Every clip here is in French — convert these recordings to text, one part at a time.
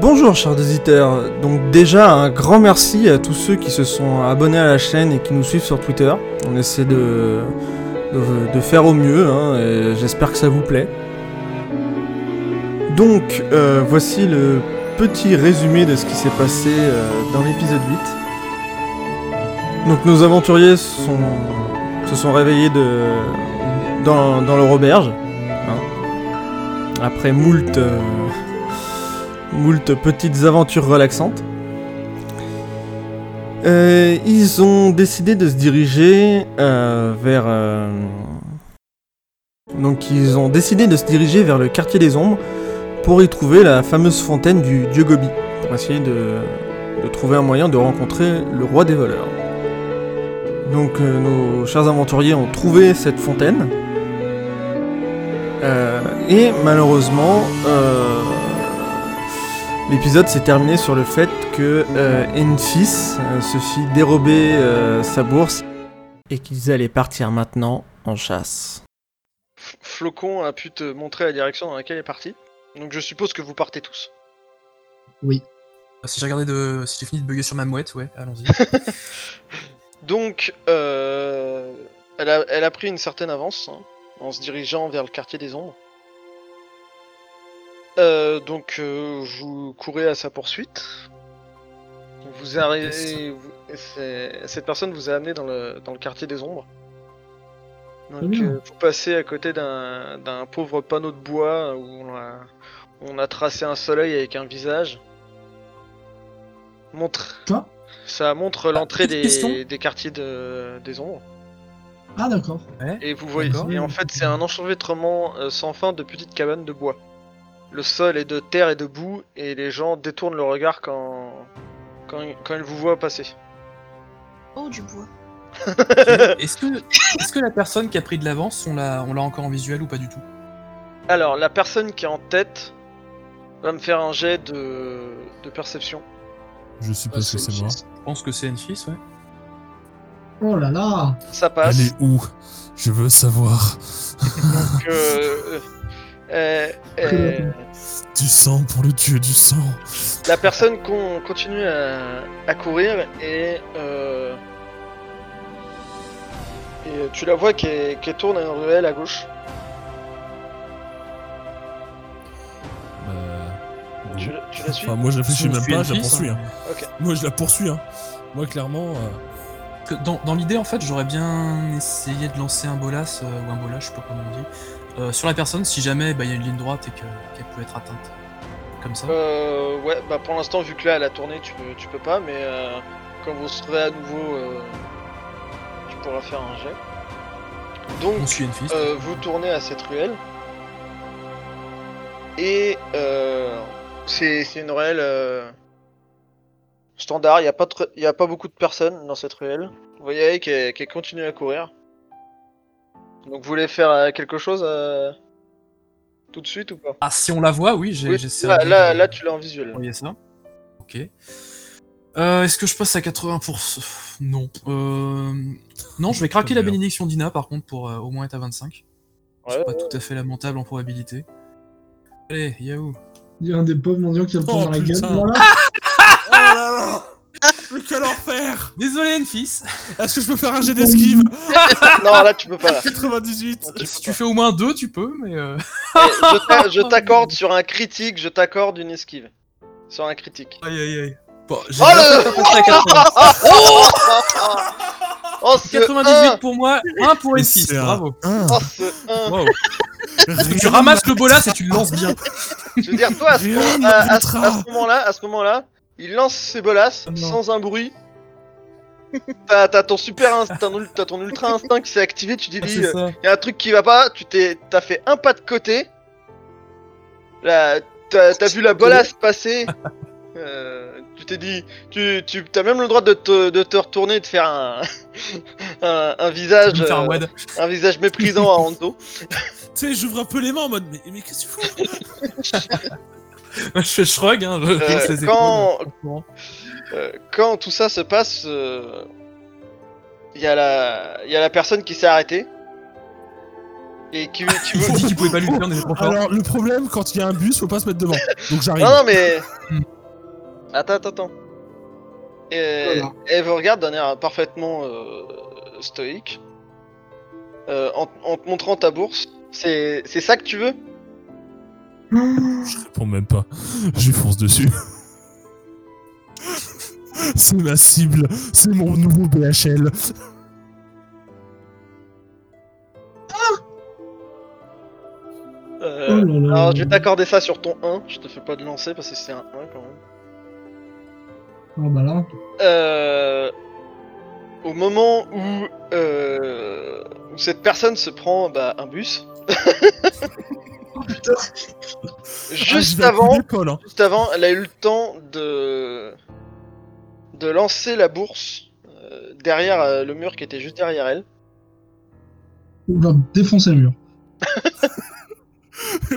Bonjour chers auditeurs, donc déjà un grand merci à tous ceux qui se sont abonnés à la chaîne et qui nous suivent sur Twitter. On essaie de, de, de faire au mieux, hein, et j'espère que ça vous plaît. Donc euh, voici le petit résumé de ce qui s'est passé euh, dans l'épisode 8. Donc nos aventuriers sont, se sont réveillés de, dans, dans leur auberge, hein, après moult... euh, moult petites aventures relaxantes. Euh, ils ont décidé de se diriger euh, vers. euh, Donc, ils ont décidé de se diriger vers le quartier des ombres pour y trouver la fameuse fontaine du dieu Gobi, pour essayer de, de trouver un moyen de rencontrer le roi des voleurs. Donc, euh, nos chers aventuriers ont trouvé cette fontaine. Euh, et malheureusement, euh, L'épisode s'est terminé sur le fait que euh, Enfys euh, se fit dérober euh, sa bourse et qu'ils allaient partir maintenant en chasse. F- Flocon a pu te montrer la direction dans laquelle il est parti. Donc je suppose que vous partez tous. Ah, Si j'ai regardé de. Si j'ai fini de bugger sur ma mouette, ouais, allons-y. Donc, euh, elle, a, elle a pris une certaine avance hein, en se dirigeant vers le quartier des ombres. Euh, donc, euh, vous courez à sa poursuite. Vous arrivez. vous- c'est- cette personne vous a amené dans le, dans le quartier des ombres. Donc, Mmh. euh, vous passez à côté d'un d'un pauvre panneau de bois où on a, on a tracé un soleil avec un visage. Montre. Quoi Ça montre l'entrée Bah, petite question. des, des quartiers de, des ombres. Ah d'accord. Et vous voyez, D'accord. et en fait, c'est un enchevêtrement euh, sans fin de petites cabanes de bois. Le sol est de terre et de boue, et les gens détournent le regard quand, quand, quand ils vous voient passer. Oh, du bois. Est-ce que, est-ce que la personne qui a pris de l'avance, on l'a, on l'a encore en visuel ou pas du tout Alors, la personne qui est en tête va me faire un jet de, de perception. Je suppose que c'est moi. Je pense que c'est Enfis, ouais. Oh là là. Ça passe. Elle est où Je veux savoir. donc, euh, euh, euh, Très bien. Du sang pour le dieu du sang. La personne con- continue à, à courir et, euh, et euh, tu la vois qu'elle qu'elle tourne à une ruelle à gauche. Euh, Tu, la- tu la suis enfin, moi je réfléchis Sinon, même je pas, suis je la Enfys, poursuis. hein. hein. Moi je la poursuis. Hein. Moi clairement. euh, Parce que Dans, dans l'idée, en fait, j'aurais bien essayé de lancer un bolas, euh, ou un bolas, je sais pas comment on dit, euh, sur la personne si jamais bah, il y a une ligne droite et que- qu'elle peut être atteinte. Comme ça. Euh, ouais, bah pour l'instant, vu que là elle a tourné, tu, tu peux pas, mais euh, quand vous serez à nouveau, euh, tu pourras faire un jet. On Donc, suit Enfis. euh, vous tournez à cette ruelle. Et euh, c'est c'est une ruelle euh, standard, il n'y a, pas tr- y a pas beaucoup de personnes dans cette ruelle. Vous voyez qu'elle qu'elle continue à courir. Donc, vous voulez faire euh, quelque chose euh, tout de suite ou pas Ah, si on la voit, oui, j'ai, Oui, j'essaie là, de- là, là, tu l'as en visuel. voyez ça. Ok. Euh, Est-ce que je passe à 80% Non. Euh, Non, je vais craquer la Merde. bénédiction d'Ina par contre pour euh, au moins être à 25. Je Ouais. suis pas tout à fait lamentable en probabilité. Allez, Yahoo Il y a un des pauvres mendiants qui a le Oh, temps dans la gueule. putain. Ah. Voilà. Oh là là Mais quel enfer Désolé, Enfis Est-ce que je peux faire un jet d'esquive non, là, tu peux Ah, pas. là. 98 Tu Si peux tu fais au moins deux, tu peux, mais... euh, pas. Eh, je t'a- je t'accorde sur un critique, je t'accorde une esquive. Sur un critique. Aïe, aïe, aïe. Bon, j'ai Oh bien le- fait de passer à 80. Oh ce 98 1 pour moi, 1 pour Mais Enfis, c'est un- bravo Oh ce 1 Wow. Tu ramasses le bolas et tu le lances bien. Je veux dire, toi, à ce, Rien moment- à- à- à Ah, n'invitera. ce moment-là, à ce moment-là, il lance ses bolasses Oh non. sans un bruit. T'as t'as ton super instinct, t'as ton ultra instinct qui s'est activé, tu dis, euh, C'est ça. il y a un truc qui va pas, tu t'es, t'as fait un pas de côté. Là, t'as, t'as vu la bolasse passer. Euh, tu t'es dit, tu, tu as même le droit de te, de te retourner et de faire un, un, un Je visage, vais me faire un euh, wad. un visage méprisant à Hanzo. Tu sais, j'ouvre un peu les mains en mode mais, mais qu'est-ce que tu fous Je fais shrug, hein, je Euh, lance les épaules. hein, quand, Bon. euh, quand tout ça se passe, euh, il y, a la- y a la personne qui s'est arrêtée. Et qui, qui Il veut. s'est dit qu'il pouvait pas lutter, on était trop fort. Alors, le problème, quand il y a un bus, faut pas se mettre devant. Donc j'arrive. Non, non, mais. Hmm. attends, attends, attends. Et, Voilà. elle vous regarde d'un air parfaitement euh, stoïque. Euh, en, en te montrant ta bourse. C'est c'est ça que tu veux Je réponds même pas. Je lui fonce dessus. C'est ma cible. C'est mon nouveau BHL. Oh Euh, là là. Alors, je vais t'accorder ça sur ton 1. Je te fais pas de lancer parce que c'est un 1 quand même. Oh bah là. Euh, au moment où, euh, où cette personne se prend bah, un bus, Oh putain. Ah, je juste vais appuyer avant, l'épaule, hein. juste avant, elle a eu le temps de de lancer la bourse euh, derrière euh, le mur qui était juste derrière elle. On va défoncer le mur.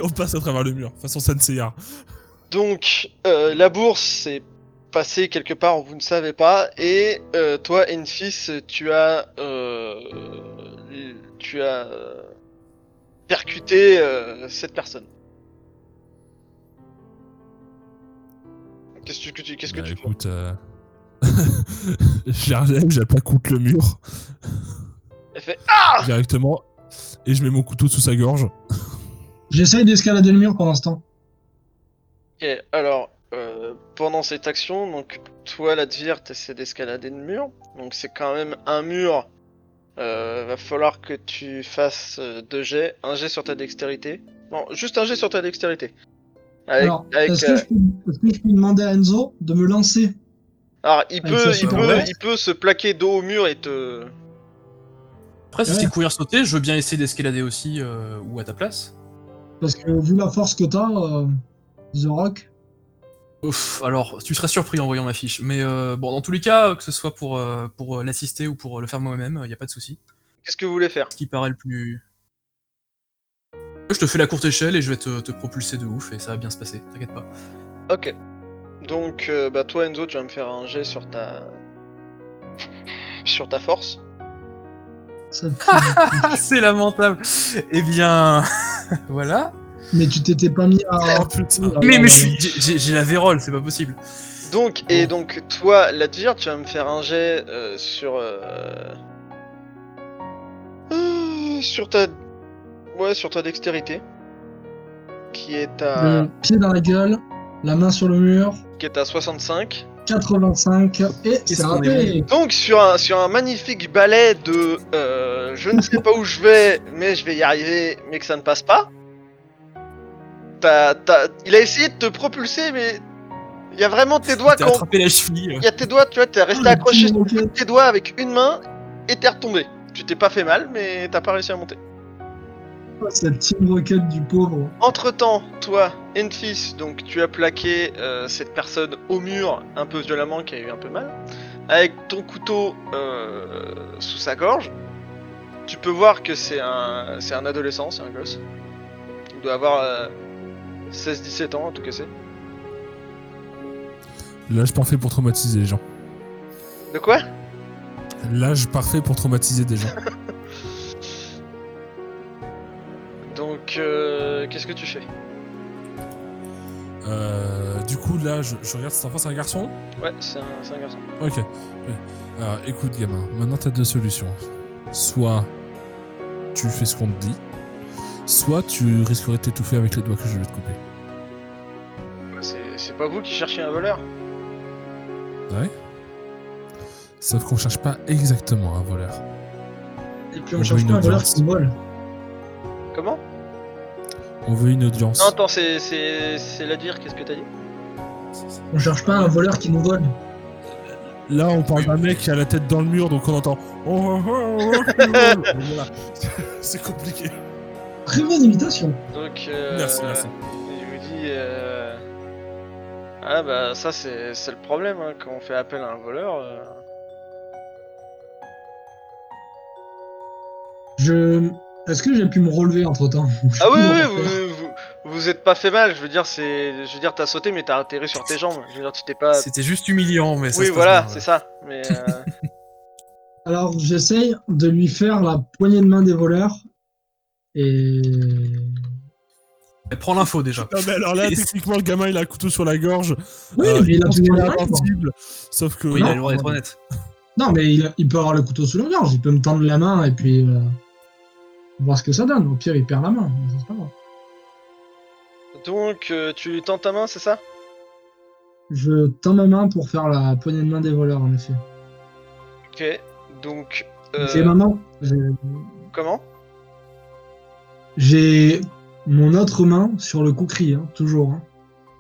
On passe à travers le mur. Façon Sanseiya. Donc euh, la bourse s'est passée quelque part où vous ne savez pas et euh, toi Enfis tu as euh, tu as euh, percuté euh, cette personne. Qu'est-ce que tu- que tu qu'est-ce que Bah, tu fais écoute, euh... je la relève, je la plaque contre le mur Elle fait Ah directement et je mets mon couteau sous sa gorge. J'essaye d'escalader le mur pour l'instant. Ok, alors, euh, pendant cette action, donc, toi, la tu t'essaies d'escalader le mur. Donc, c'est quand même un mur. Euh, va falloir que tu fasses euh, deux jets. Un jet sur ta dextérité. Non, juste un jet sur ta dextérité. Avec, Alors, avec, est-ce euh, que, je peux- est-ce que je peux demander à Enzo de me lancer alors, il avec peut, sa il super peut, lance il peut se plaquer dos au mur et te. Après, si Ouais. c'est courir sauter, je veux bien essayer d'escalader aussi, euh, ou à ta place. Parce que vu la force que t'as, euh, The Rock. Ouf, alors, tu serais surpris en voyant ma fiche. Mais euh, bon, dans tous les cas, euh, que ce soit pour, euh, pour euh, l'assister ou pour euh, le faire moi-même, il n'y a pas de souci. Qu'est-ce que vous voulez faire Ce qui paraît le plus. Je te fais la courte échelle et je vais te, te propulser de ouf et ça va bien se passer, t'inquiète pas. Ok. Donc, euh, bah, toi, Enzo, tu vas me faire un jet sur ta. sur ta force. ça te- Ah, c'est lamentable Eh bien. voilà. mais tu t'étais pas mis Ah, à. Oh putain. Mais, mais je suis- j'ai- j'ai j'ai la vérole, c'est pas possible. Donc, et donc, toi, Ladvir, tu vas me faire un jet euh, sur. euh, euh, sur ta. Ouais, sur ta dextérité. Qui est à. Le pied dans la gueule, la main sur le mur, Qui est à 65. 85, et c'est qu'on est raté Donc, sur un, sur un magnifique ballet de. euh, je ne sais pas où je vais, mais je vais y arriver, mais que ça ne passe pas. T'as- t'as- Il a essayé de te propulser, mais. Il y a vraiment tes doigts T'as quand. attrapé la cheville. Il y a tes doigts, tu vois, t'es Oh, resté accroché sur Oh, le bout Ok. de tes doigts avec une main et t'es retombé. Tu t'es pas fait mal, mais t'as pas réussi à monter. Cette team rocket du pauvre. Entre temps, toi, Enfis, donc tu as plaqué euh, cette personne au mur un peu violemment qui a eu un peu mal, avec ton couteau euh, sous sa gorge. Tu peux voir que c'est un, c'est un adolescent, c'est un gosse. Il doit avoir euh, 16-17 ans, en tout cas c'est. L'âge parfait pour traumatiser les gens. De quoi L'âge parfait pour traumatiser des gens. Donc, euh, qu'est-ce que tu fais Euh, du coup, là, je, je regarde cet enfant, c'est un garçon Ouais, c'est un, c'est un garçon. Ok. Ouais. Alors, écoute, gamin, maintenant t'as deux solutions. Soit tu fais ce qu'on te dit, soit tu risquerais de t'étouffer avec les doigts que je vais te couper. C'est- C'est pas vous qui cherchez un voleur Sauf qu'on cherche pas exactement un voleur. Et puis on On cherche veut pas une à voleur audience. qui vole. Comment On veut une audience. Non, attends, c'est, c'est, c'est la dire, qu'est-ce que t'as dit On cherche pas un voleur qui nous vole. Là, on parle d'un mec qui a la tête dans le mur, donc on entend. Oh, oh, oh, oh, voilà. C'est compliqué. Très bonne imitation. Donc, euh, Merci, merci. il vous dit. euh, Ah, bah, ça, c'est, c'est le problème, hein, quand on fait appel à un voleur. euh. Je. Est-ce que j'ai pu me relever entre temps Ah, oui, oui, vous, vous, vous êtes pas fait mal, je veux dire, c'est, je veux dire, t'as sauté, mais t'as atterri sur tes jambes. Je veux dire, tu t'es pas. C'était juste humiliant, mais ça Oui, se passe voilà, bien, c'est ça. Mais. euh, Alors j'essaye de lui faire la poignée de main des voleurs Et. Mais Prends l'info déjà. Non, mais alors là, Et- techniquement, le gamin, il a un couteau sur la gorge. Oui, Euh, mais il a pense tout qu'on à la est gorge. invincible, Sauf que. Oui, il a non, le droit d'être non. honnête. Non, mais il, a- il peut avoir le couteau sous la gorge, il peut me tendre la main et puis. euh, voir ce que ça donne. Au pire, il perd la main. mais ça, c'est pas grave. Donc, euh, tu tends ta main, c'est ça Je tends ma main pour faire la poignée de main des voleurs, en effet. Ok. Donc, euh, C'est ma main. J'ai- comment J'ai mon autre main sur le coucrier, hein, toujours. hein.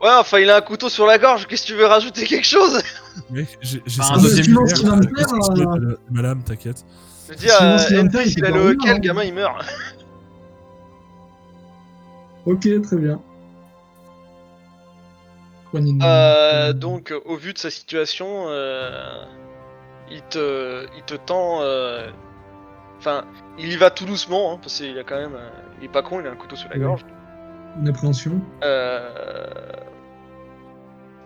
Ouais, enfin, il a un couteau sur la gorge. Qu'est-ce que tu veux rajouter quelque chose Mec, j'ai j'ai Par ça un dans deuxième les nerfs. silence Bah, qui va me faire, Excuse-moi, euh, madame- Madame, t'inquiète. Je veux dire, Sinon, s'il euh, aime pas, il Elvis, fait il a pas le mourir, hockey, hein. le gamin il meurt. Ok, très bien. Poignée de main. Euh, donc, euh, au vu de sa situation, euh, il te, il te tend. euh, Enfin, il y va tout doucement, hein, parce qu'il a quand même, euh, il est pas con, il a un couteau sous la Ouais. gorge. Une appréhension. Euh,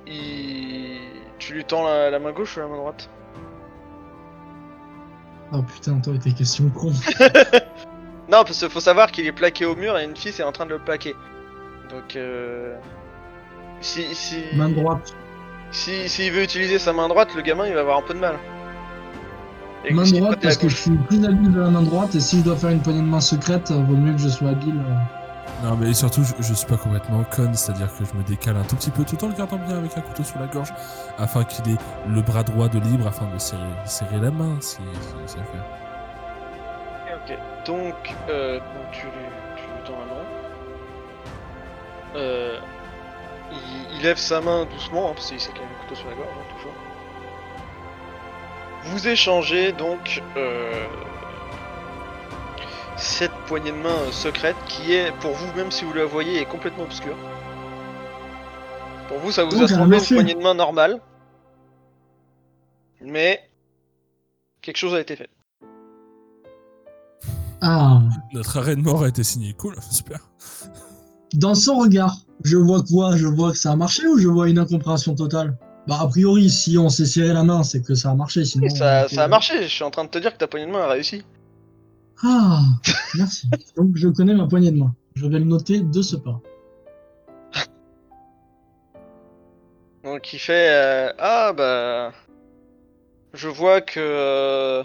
il, tu lui tends la, la main gauche ou la main droite Oh putain, t'aurais été question con. Non, parce qu'il faut savoir qu'il est plaqué au mur et une fille est en train de le plaquer. Donc, euh, si, si, Main droite. Si, s'il veut utiliser sa main droite, le gamin il va avoir un peu de mal. Et Main s'il droite côté à parce que je gauche. suis plus habile de la main droite et si je dois faire une poignée de main secrète, euh, vaut mieux que je sois habile. euh. Non, mais surtout, je, je suis pas complètement con, c'est-à-dire que je me décale un tout petit peu tout en le gardant bien avec un couteau sur la gorge afin qu'il ait le bras droit de libre afin de serrer, serrer la main si, si ça fait. Ok. Donc, euh, donc tu, lui, tu lui tends la main. Euh, il, il lève sa main doucement, hein, parce qu'il sait qu'il a un couteau sur la gorge, hein, toujours. Vous échangez donc euh, cette poignée de main euh, secrète qui est, pour vous, même si vous la voyez, est complètement obscure. Pour vous, ça vous Donc, a elle a semblé une marché. poignée de main normale. Mais quelque chose a été fait. Ah. Notre arrêt de mort a été signé. Cool, super. Dans son regard, je vois quoi Je vois que ça a marché ou je vois une incompréhension totale Bah a priori, si on s'est serré la main, c'est que ça a marché. Sinon, Et ça, ça a euh, marché, je suis en train de te dire que ta poignée de main a réussi. Ah, merci. Donc je connais ma poignée de main. Je vais le noter de ce pas. Donc il fait euh, Ah bah. Je vois que. euh,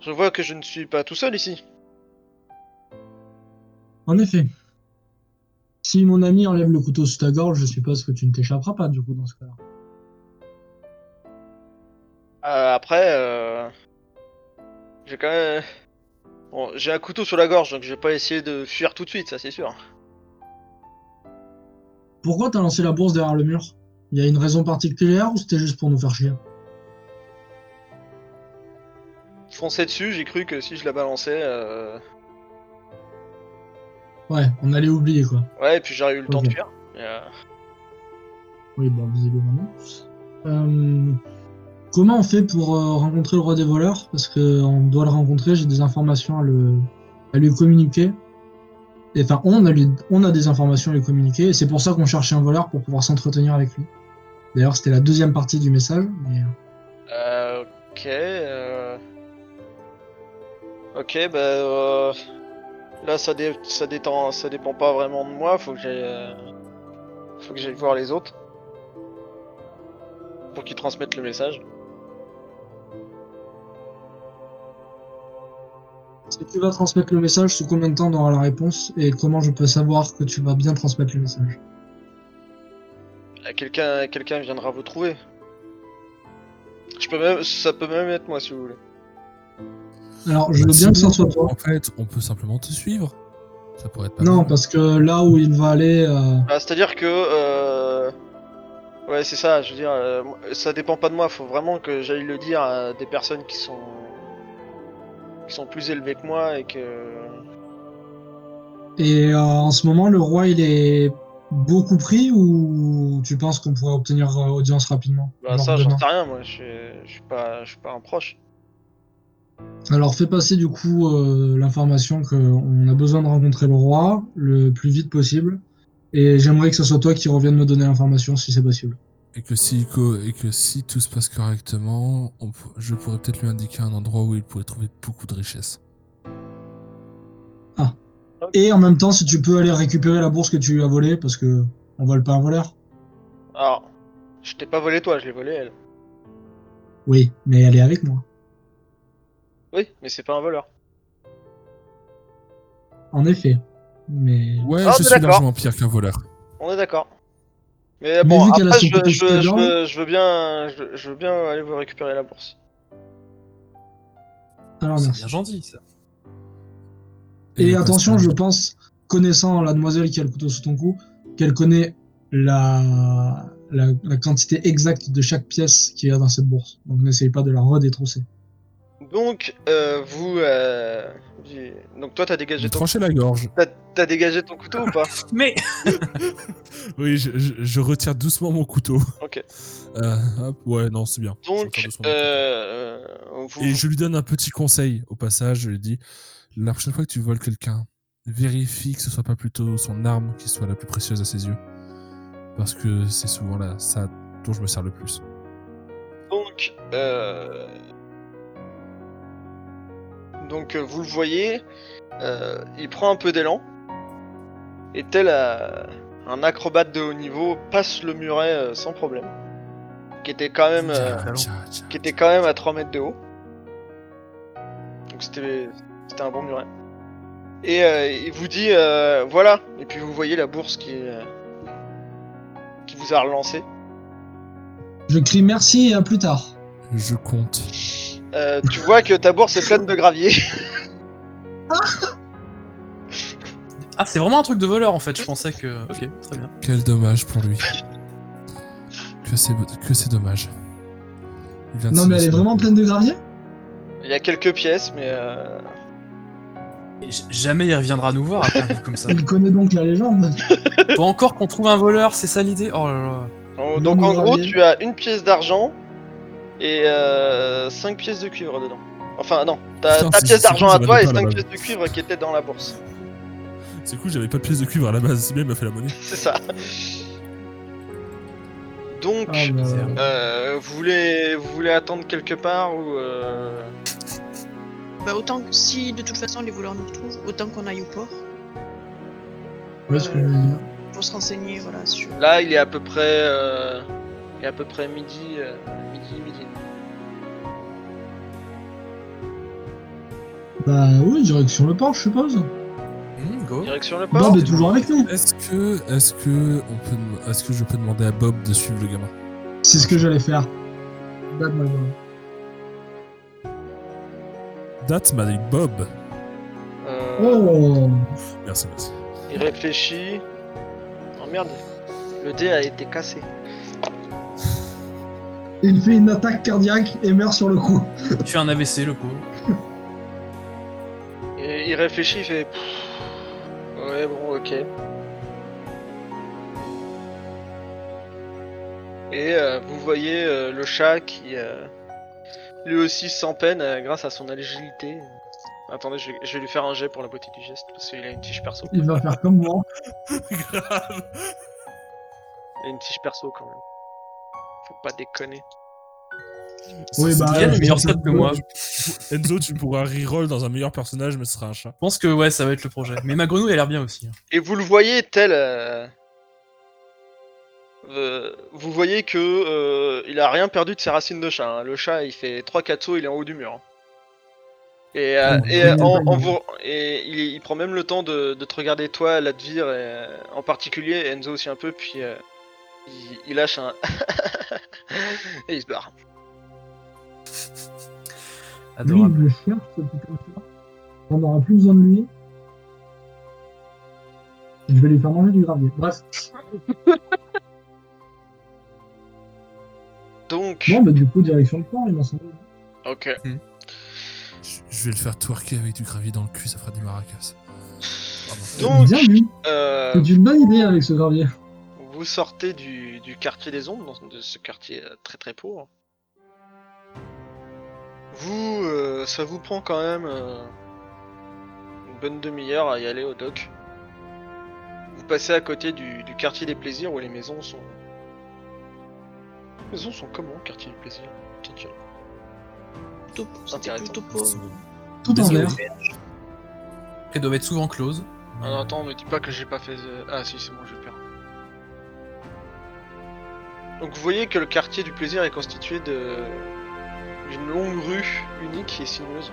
je vois que je ne suis pas tout seul ici. En effet. Si mon ami enlève le couteau sous ta gorge, je suppose que tu ne t'échapperas pas du coup dans ce cas-là. Euh, après, euh, j'ai quand même. Bon, j'ai un couteau sur la gorge, donc je vais pas essayer de fuir tout de suite, ça c'est sûr. Pourquoi t'as lancé la bourse derrière le mur Il y a une raison particulière ou c'était juste pour nous faire chier Foncer dessus, j'ai cru que si je la balançais. euh, Ouais, on allait oublier quoi. Ouais, et puis j'aurais eu le temps de Ok. fuir. mais, euh, Oui, bah visiblement non. Euh, comment on fait pour euh, rencontrer le roi des voleurs Parce que on doit le rencontrer, j'ai des informations à, le, à lui communiquer. Et, enfin, on a, lui- on a des informations à lui communiquer, et c'est pour ça qu'on cherchait un voleur pour pouvoir s'entretenir avec lui. D'ailleurs, c'était la deuxième partie du message, mais Euh, ok. Euh... Ok, bah. Euh... Là, ça, dé... ça, détend... ça dépend pas vraiment de moi. Faut que j'aille. euh, Faut que j'aille voir les autres. Pour qu'ils transmettent le message. Si tu vas transmettre le message, sous combien de temps on aura la réponse et comment je peux savoir que tu vas bien transmettre le message Euh, Quelqu'un quelqu'un viendra vous trouver. Je peux même... Ça peut même être moi si vous voulez. Alors, je veux Bah, bien que ça soit sinon, toi. En fait, on peut simplement te suivre. Ça pourrait être pas Non, mal. parce que là où il va aller, euh, Bah, C'est-à-dire que. Euh... Ouais, c'est ça, je veux dire. euh, moi- Ça dépend pas de moi. Faut vraiment que j'aille le dire à des personnes qui sont. qui sont plus élevées que moi et que. et euh, en ce moment, le roi, il est beaucoup pris ou tu penses qu'on pourrait obtenir euh, audience rapidement Bah Genre ça demain j'en sais rien moi, je suis- je suis pas je suis pas un proche. Alors fais passer du coup euh, l'information qu'on a besoin de rencontrer le roi le plus vite possible. Et j'aimerais que ce soit toi qui revienne me donner l'information si c'est possible. Et que si co- et que si tout se passe correctement, on p- je pourrais peut-être lui indiquer un endroit où il pourrait trouver beaucoup de richesses. Et en même temps, si tu peux aller récupérer la bourse que tu as volée, parce que on vole pas un voleur. Alors, je t'ai pas volé toi, je l'ai volé elle. Oui, mais elle est avec moi. Oui, mais c'est pas un voleur. En effet. Mais Ouais, Ah, je mais suis d'accord. largement pire qu'un voleur. On est d'accord. Mais bon, vu qu'elle a après, son je, côté je- je- citadin- je- je veux bien, je, je veux bien aller vous récupérer la bourse. alors C'est merci. bien gentil ça. Et on passe attention, pas- je pense, connaissant la demoiselle qui a le couteau sous ton cou, qu'elle connaît la... La... la quantité exacte de chaque pièce qu'il y a dans cette bourse. Donc n'essaye pas de la redétrousser. Donc, euh, vous, euh, du- donc toi, t'as dégagé J'ai ton, tranché la gorge. t'as, t'as dégagé ton couteau ou pas Mais Oui, je, je- je retire doucement mon couteau. Ok. Euh, hop, ouais, non, c'est bien. Je Donc, retire doucement mon euh, vous, couteau. Et je lui donne un petit conseil au passage. Je lui dis La prochaine fois que tu voles quelqu'un, vérifie que ce soit pas plutôt son arme qui soit la plus précieuse à ses yeux. Parce que c'est souvent là, ça dont je me sers le plus. donc, euh, donc euh, vous le voyez, euh, il prend un peu d'élan et tel euh, un acrobate de haut niveau passe le muret euh, sans problème, qui était quand même. euh, Tiens, talent. tiens, tiens. qui était quand même à 3 mètres de haut. Donc c'était c'était un bon muret. Et euh, il vous dit euh, voilà, et puis vous voyez la bourse qui euh, qui vous a relancé. Je crie merci et à plus tard. Je compte. Euh, tu vois que ta bourse est pleine de gravier. ah, c'est vraiment un truc de voleur en fait. Je pensais que. Ok, très bien. Quel dommage pour lui. que c'est que c'est dommage. Il Ah, vient de Non se mais elle est laisser- vraiment pleine de gravier Il y a quelques pièces, mais euh, Et j- jamais il reviendra nous voir après un livre comme ça. Elle connaît donc la légende. Faut encore qu'on trouve un voleur, c'est ça l'idée Oh là là. en- Le donc en gravier. gros tu as une pièce d'argent et euh, 5 pièces de cuivre dedans. Enfin non, t'as Putain, ta c'est- pièce c'est d'argent cool, à ça toi et valait pas, 5 la pièces de cuivre qui étaient dans la bourse. C'est cool, j'avais pas de pièce de cuivre à la base. C'est bien, il m'a fait la monnaie. C'est ça. Donc Ah, bah, Euh, vous voulez, vous voulez attendre quelque part ou euh... Bah autant que si de toute façon les voleurs nous retrouvent, autant qu'on aille au port ouais, ce que je veux dire. pour se renseigner voilà sur. là il est à peu près, euh, il est à peu près midi, euh, midi, midi. Bah oui, direction le port, je suppose. Hmm, Oh. go. Direction le port. Bob est toujours avec nous. Est-ce que est-ce que on peut dem- est-ce que je peux demander à Bob de suivre le gamin C'est ce que j'allais faire. Bob, Bob, Bob. That's my Bob. Euh, Oh Merci, merci. Il réfléchit. Oh merde, le dé a été cassé. Il fait une attaque cardiaque et meurt sur le coup. Tu fais un AVC, le pauvre. Et il réfléchit, il fait. Pff, Ouais bon ok. Et euh, vous voyez euh, le chat qui, euh, lui aussi sans peine, euh, grâce à son agilité. Attendez, je vais, je vais lui faire un jet pour la beauté du geste parce qu'il a une tige perso. Il va faire comme moi. Grave. Il a une tige perso quand même. Faut pas déconner. Oui, bah, Il y a des je- meilleurs stats que moi. Je Enzo, tu pourras reroll dans un meilleur personnage, mais ce sera un chat. pense que ouais, ça va être le projet. Mais ma grenouille, elle a l'air bien aussi. hein. Et vous le voyez tel. euh, euh, vous voyez que euh, il a rien perdu de ses racines de chat. hein. Le chat, il fait 3-4 sauts, il est en haut du mur. hein. Et, euh, Ah, et, bon, en- bon, en bon. vous- et il, il prend même le temps de, de te regarder toi, Ladvir, et, euh, en particulier, et Enzo aussi un peu, puis euh, il, il lâche un... et il se barre. Lui, Adorable. il le cherche, ce putain de chat. On aura plus besoin de lui. Et je vais lui faire manger du gravier. Bref. Donc... Bon, bah, du coup, direction le port, il m'a semblé. Ok. Je- Je vais le faire twerker avec du gravier dans le cul, ça fera du maracas. Donc, Bien vu. euh, C'est une bonne idée avec ce gravier. Vous sortez du, du quartier des ombres, dans- de ce quartier euh, très très pauvre. Vous, euh, ça vous prend quand même euh, une bonne demi-heure à y aller au dock. Vous passez à côté du, du quartier des plaisirs où les maisons sont. Les maisons sont comment, quartier des plaisirs Tiens, tiens. Plutôt, c'était Intéressant. plutôt pauvre. Tout en Désolé. vert. Elles doivent être souvent closes. Ah non, attends, me dis pas que j'ai pas fait. euh, Ah si, c'est bon, je perds. Donc vous voyez que le quartier du plaisir est constitué de d'une longue rue unique et sinueuse,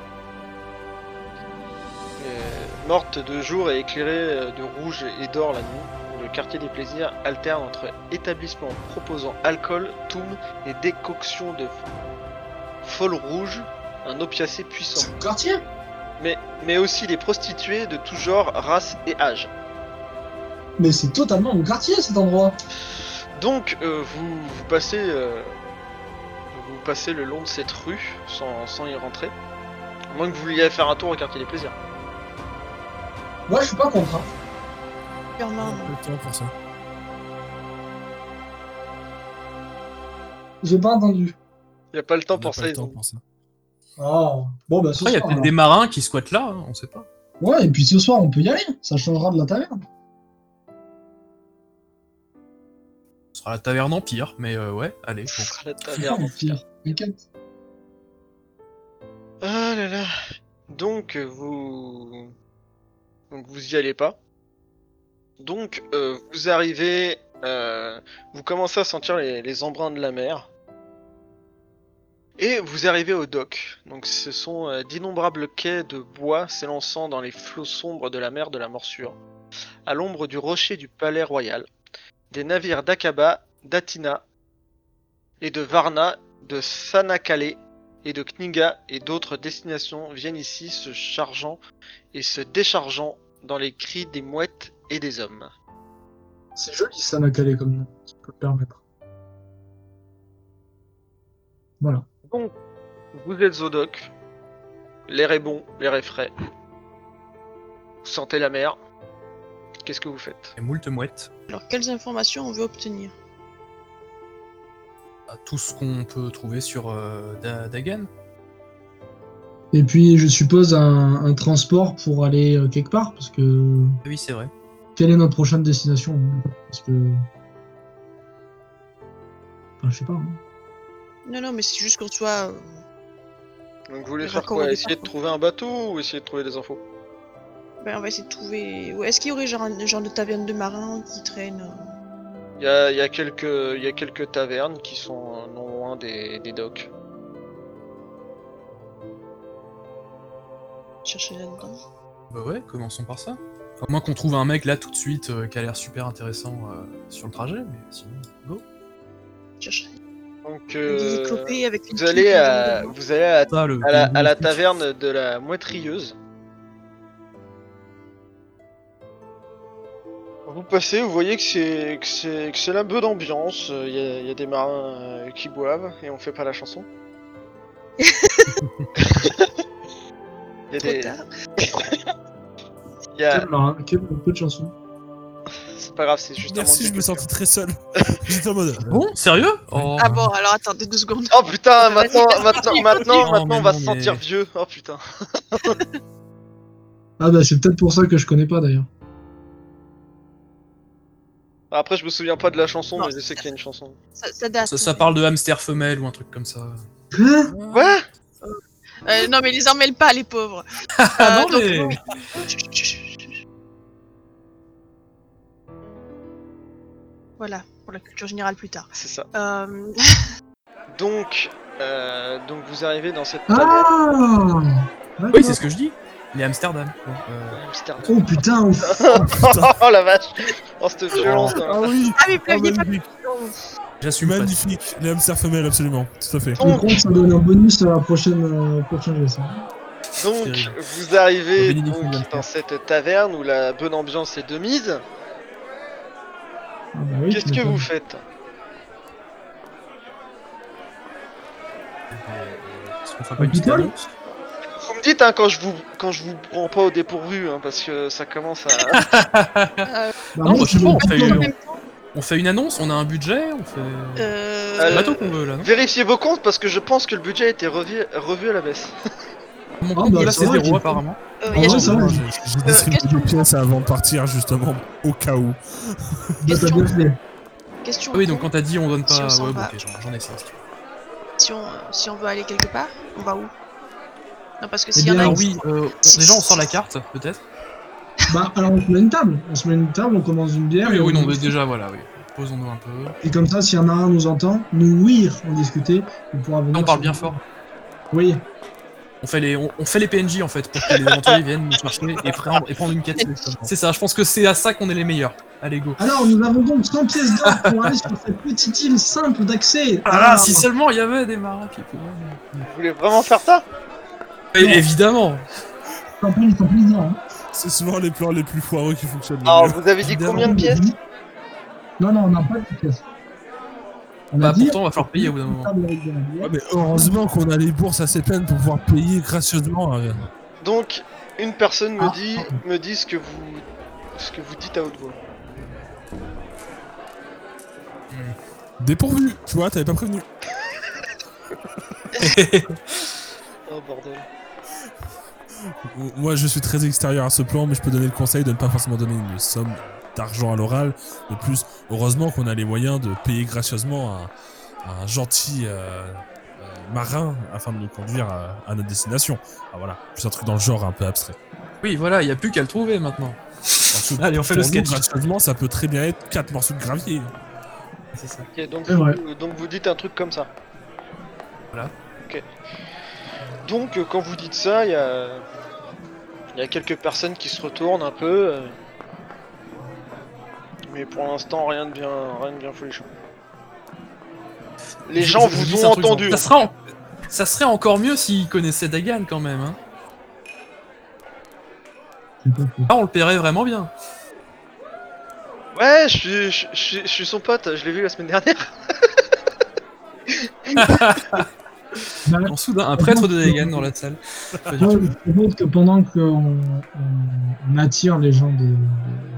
Euh, morte de jour et éclairée euh, de rouge et d'or la nuit. Le quartier des plaisirs alterne entre établissements proposant alcool, toum et décoction de folle rouge, un opiacé puissant C'est le quartier mais, mais aussi les prostituées de tout genre, race et âge. Mais c'est totalement mon quartier cet endroit Donc euh, vous, vous passez euh, vous passez le long de cette rue sans, sans y rentrer. À moins que vous vouliez faire un tour au quartier des plaisirs. Moi je suis pas contre. hein. Germain, Un peu de temps pour ça. J'ai pas entendu. Il a pas le temps On a pour pas ça. le ils temps ont- pour ça. Oh. Bon bah ce Après, il y a soir, peut-être alors. hein. des marins qui squattent là, hein, on sait pas. Ouais, et puis ce soir on peut y aller, ça changera de la taverne. Ce sera la taverne Empire, mais euh, ouais, allez. Ce bon. sera la taverne. Au pire, t'inquiète. Ah là là. Donc euh, vous donc vous y allez pas. Donc euh, vous arrivez, euh, vous commencez à sentir les, les embruns de la mer. Et vous arrivez au dock. Donc ce sont euh, d'innombrables quais de bois s'élançant dans les flots sombres de la mer de la Morsure, à l'ombre du rocher du Palais Royal. Des navires d'Akaba, d'Atina et de Varna, de Sanakale et de Kninga et d'autres destinations viennent ici se chargeant et se déchargeant dans les cris des mouettes et des hommes. C'est joli ça, Nakale, comme nom, si je peux me permettre. Voilà. Donc, vous êtes au dock. L'air est bon, l'air est frais. Vous sentez la mer. Qu'est-ce que vous faites Et moult mouettes. alors quelles informations on veut obtenir Bah, tout ce qu'on peut trouver sur euh, Da- Dagen. Et puis je suppose un, un transport pour aller euh, quelque part, parce que Ah oui, c'est vrai. quelle est notre prochaine destination hein Parce que. Enfin, je sais pas. hein. Non, non, mais c'est juste qu'on soit. euh, Donc, vous voulez Le faire raccord quoi au départ, Essayer de quoi. trouver un bateau ou essayer de trouver des infos Ben, on va essayer de trouver. Ouais, Est-ce qu'il y aurait genre un genre de taverne de marins qui traîne euh, Il y a, il y a quelques, il y a quelques tavernes qui sont euh, non loin des, des docks. chercher là-dedans Bah ouais, commençons par ça. À moins qu'on trouve un mec là tout de suite euh, qui a l'air super intéressant euh, sur le trajet, mais sinon, go. Chercher Donc, des euh, clopés avec une vous pipe allez et à, des- vous allez à Ça, le- à la, le- à la taverne de la moitrieuse. Vous passez, vous voyez que c'est que c'est que c'est un peu d'ambiance. Il y, a- y a des marins euh, qui boivent et on fait pas la chanson. Il y a Trop des, tard. y a- Euh. Quel marin, quel peu de chansons. c'est pas grave, c'est juste. un Merci, manque je de me sentais très seul. J'étais en mode. euh, Bon, sérieux oh, Ah bon, alors attendez deux secondes. culture. Oh putain, maintenant, Vas-y, maintenant, maintenant, vas-y, vas-y. maintenant, on Non, va mais se non, sentir mais- vieux. Oh putain. Ah bah c'est peut-être pour ça que je connais pas d'ailleurs. Après, je me souviens pas de la chanson, Non, mais je sais qu'il y a une chanson. Ça, ça date. ça, ça parle de hamster femelle ou un truc comme ça. Hein Quoi Euh, non, mais les emmêle pas, les pauvres. Euh, Ah non, donc, mais- bon. Chut, chut, chut, chut. Voilà, pour la culture générale plus tard. C'est ça. Euh, Donc, euh, donc vous arrivez dans cette taverne. Ah Oui, c'est ce que je dis. Les Amsterdam. Bon, euh, Amsterdam. Oh putain, oh, f- Oh la vache Oh cette violence hein. Ah oui Ah, mais Ah, Oh, prévenez pas. Magnifique, J'assume pas. magnifique. Les hamsters femelles, absolument, tout à fait. je crois que ça donne un bonus à la prochaine euh, prochaine jeu, ça. Donc terrible. vous arrivez Bénédicte donc, Amsterdam. dans cette taverne où la bonne ambiance est de mise. Ah bah oui, Qu'est-ce tu que m'étonnes. vous faites Est-ce euh, qu'on ferait pas une petite Capitole annonce Vous me dites hein, quand je vous quand je vous prends pas au dépourvu hein, parce que ça commence à. Bah, Non, moi, bah, tu je sais pas, m'étonnes. on fait, Euh, En on- même temps, on fait une annonce, on a un budget, on fait. bah, C'est euh, le bateau qu'on veut là, non Vérifiez vos comptes parce que je pense que le budget a été revu, revu à la baisse. Mon Ah, compte, bah, là, c'est c'est vrai zéro qu'il- apparemment. euh, Ah y a ouais, juste ça va. J'ai j'ai distribué question- des pièces avant de partir, justement, au cas où. Bah, t'as bien fait. une question. Ah oui, donc con. quand t'as dit on donne Si pas. on s'en ouais, bon, va. ok, j'en- j'en ai ça. si tu veux. si, on, si on veut aller quelque part, on va où Non, parce que Eh s'il y en bien, a Alors qui- oui, euh, on- déjà on sort la carte, peut-être Bah, alors on se met une table. On se met une table, on commence une bière. Oui, et oui, Eh on- non, mais déjà, voilà, oui. Posons-nous un peu. Et comme ça, si un marin nous entend, nous ouïr en discuter, il pourra venir. Là, on parle sur- bien fort. Oui. On fait les, on, on fait les PNJ, en fait, pour que les aventuriers viennent nous chercher et prendre, et prendre une quête. C'est ça, je pense que c'est à ça qu'on est les meilleurs. Allez, go. Alors, nous avons donc 100 pièces d'or pour aller sur cette petite île simple d'accès. Ah, si seulement il y avait des marins qui pouvaient- Vous voulez vraiment faire ça Et Évidemment Tant pis, tant pis, non, hein. C'est souvent les plans les plus foireux qui fonctionnent. le Alors, mieux. vous avez dit combien de pièces Non, non, on n'a pas de pièces. On Bah, a dit, pourtant, on va falloir payer au bout d'un moment. table avec de la bière. Ouais, mais heureusement qu'on a les bourses assez pleines pour pouvoir payer gracieusement. hein. Donc, une personne me Ah, dit, pardon. me dit ce que vous, ce que vous dites à haute voix. Dépourvu, tu vois, t'avais pas prévenu. Oh bordel. M- Moi, je suis très extérieur à ce plan, mais je peux donner le conseil de ne pas forcément donner une somme d'argent à l'oral. De plus, heureusement qu'on a les moyens de payer gracieusement à, à un gentil euh, euh, marin afin de nous conduire à, à notre destination. Ah voilà, plus un truc dans le genre un peu abstrait. Oui, voilà, il n'y a plus qu'à le trouver maintenant. Ensuite, Allez, on fait le pour nous, sketch. Gracieusement, ça peut très bien être quatre morceaux de gravier. C'est ça. Ok, donc, C'est vrai. vous, euh, donc vous dites un truc comme ça. Voilà. Ok. Donc euh, quand vous dites ça, il y a, il y a quelques personnes qui se retournent un peu. euh, Mais pour l'instant, rien de bien, rien de bien folichon. Les Je- gens je- je vous glisse ont un truc genre- entendu. Ça, sera en- ça serait encore mieux s'ils connaissaient Dagan quand même. Hein. C'est pas faux. Là, on le paierait vraiment bien. Ouais, je suis, je, je- je suis son pote. Je l'ai vu la semaine dernière. Bah, Genre, soudain, un prêtre de Dagan dans la salle. Pas du Moi, tout. je propose que pendant qu'on on- on attire les gens de,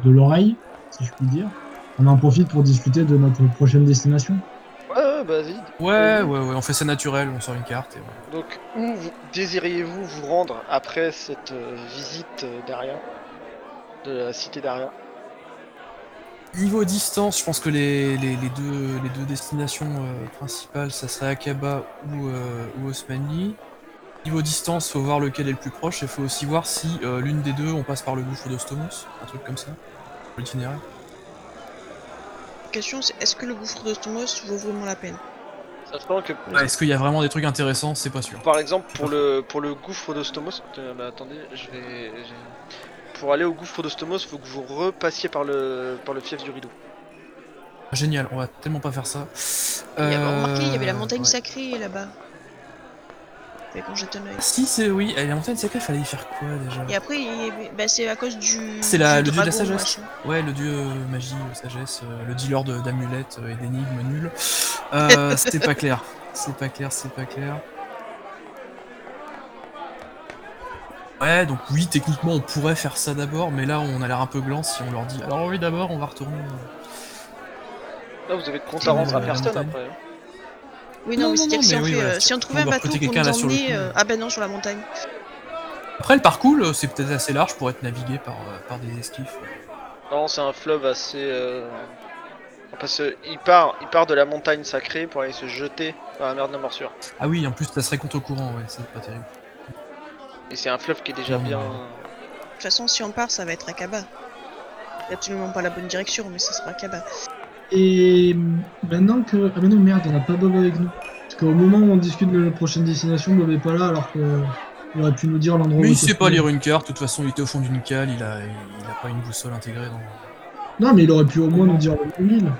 de l'oreille, si je puis dire, on en profite pour discuter de notre prochaine destination. Ouais, ouais, bah vas-y. Ouais, ouais, ouais, on fait ça naturel, on sort une carte. Et voilà. Donc, où vous- désiriez-vous vous rendre après cette euh, visite euh, d'Aria De la cité d'Aria Niveau distance, je pense que les, les- les deux, les deux destinations euh, principales, ça serait Akaba ou, euh, ou Osmanli. Niveau distance, faut voir lequel est le plus proche et faut aussi voir si euh, l'une des deux, on passe par le gouffre d'Ostomos, un truc comme ça, pour l'itinéraire. La question, c'est est-ce que le gouffre d'Ostomos vaut vraiment la peine Sachant que, Est-ce qu'il y a vraiment des trucs intéressants C'est pas sûr. par exemple, pour le, pour le gouffre d'Ostomos, euh, bah, attendez, je vais. j'ai- Pour aller au gouffre d'Ostomos, faut que vous repassiez par le, par le fief du rideau. Génial, on va tellement pas faire ça. Il y avait remarqué, il y avait la Euh, montagne ouais. sacrée là-bas. Mais quand j'étais un œil. Si, c'est oui, et la montagne sacrée, fallait y faire quoi déjà Et après, il y avait- bah, c'est à cause du. C'est la- du le dieu de la dragon, sagesse. machin. Ouais, le dieu euh, magie, euh, sagesse, euh, le dealer de- d'amulettes euh, et d'énigmes nulles. Euh, c'était pas clair. C'est pas clair, c'est pas clair. Ouais, donc oui, techniquement, on pourrait faire ça d'abord, mais là, on a l'air un peu gland si on leur dit. Alors oui, d'abord, on va retourner. euh. Là, vous avez de compte à rendre à Euh, personne montagne. après. hein. Oui, non, Non, non, mais c'est-à-dire que non, si mais on oui, fait, voilà, euh, si on trouvait un va bateau recruter pour quelqu'un, là, nous sur le emmener. coup. euh, Ah, bah non, sur la montagne. Après, le parcours, euh, c'est peut-être assez large pour être navigué par, euh, par des esquifs. Non, c'est un fleuve assez. euh, Parce qu'il part, il part de la montagne sacrée pour aller se jeter dans la mer de la morsure. Ah oui, en plus, ça serait contre courant, ouais, c'est pas terrible. Et c'est un fleuve qui est déjà Hmm. Non. bien. De toute façon, si on part, ça va être Akaba. C'est absolument pas la bonne direction, mais ça sera Akaba. Et maintenant que. Ah, mais non, merde, on n'a pas Bob avec nous. Parce qu'au moment où on discute de la prochaine destination, Bob est pas là alors qu'il aurait pu nous dire l'endroit où Mais il il se sait pas trouve. lire une carte, de toute façon, il était au fond d'une cale, il a, il a pas une boussole intégrée dans. Non, mais il aurait pu au moins nous dire le nom de l'île.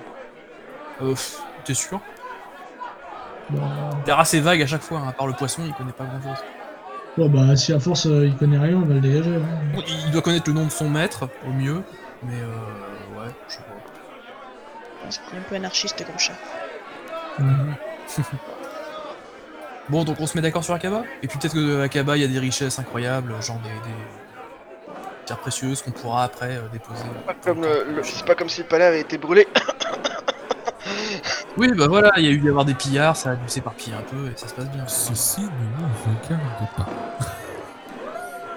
Euh, pff, t'es sûr Bah, Terre assez vague à chaque fois, hein, à part le poisson, il connaît pas grand chose. bon, bah, si à force euh, il connaît rien, on va le dégager. hein. Il doit connaître le nom de son maître, au mieux, mais euh, ouais, je sais pas. C'est un peu anarchiste comme chat. Euh, Bon, donc on se met d'accord sur Akaba Et puis peut-être que euh, Akaba, il y a des richesses incroyables, genre des, des pierres précieuses qu'on pourra après euh, déposer. Pas comme le, le- c'est pas comme si le palais avait été brûlé. Oui, bah voilà, il y a eu d'avoir des pillards, ça a dû s'éparpiller un peu et ça se passe bien. Ceci ne nous regarde pas.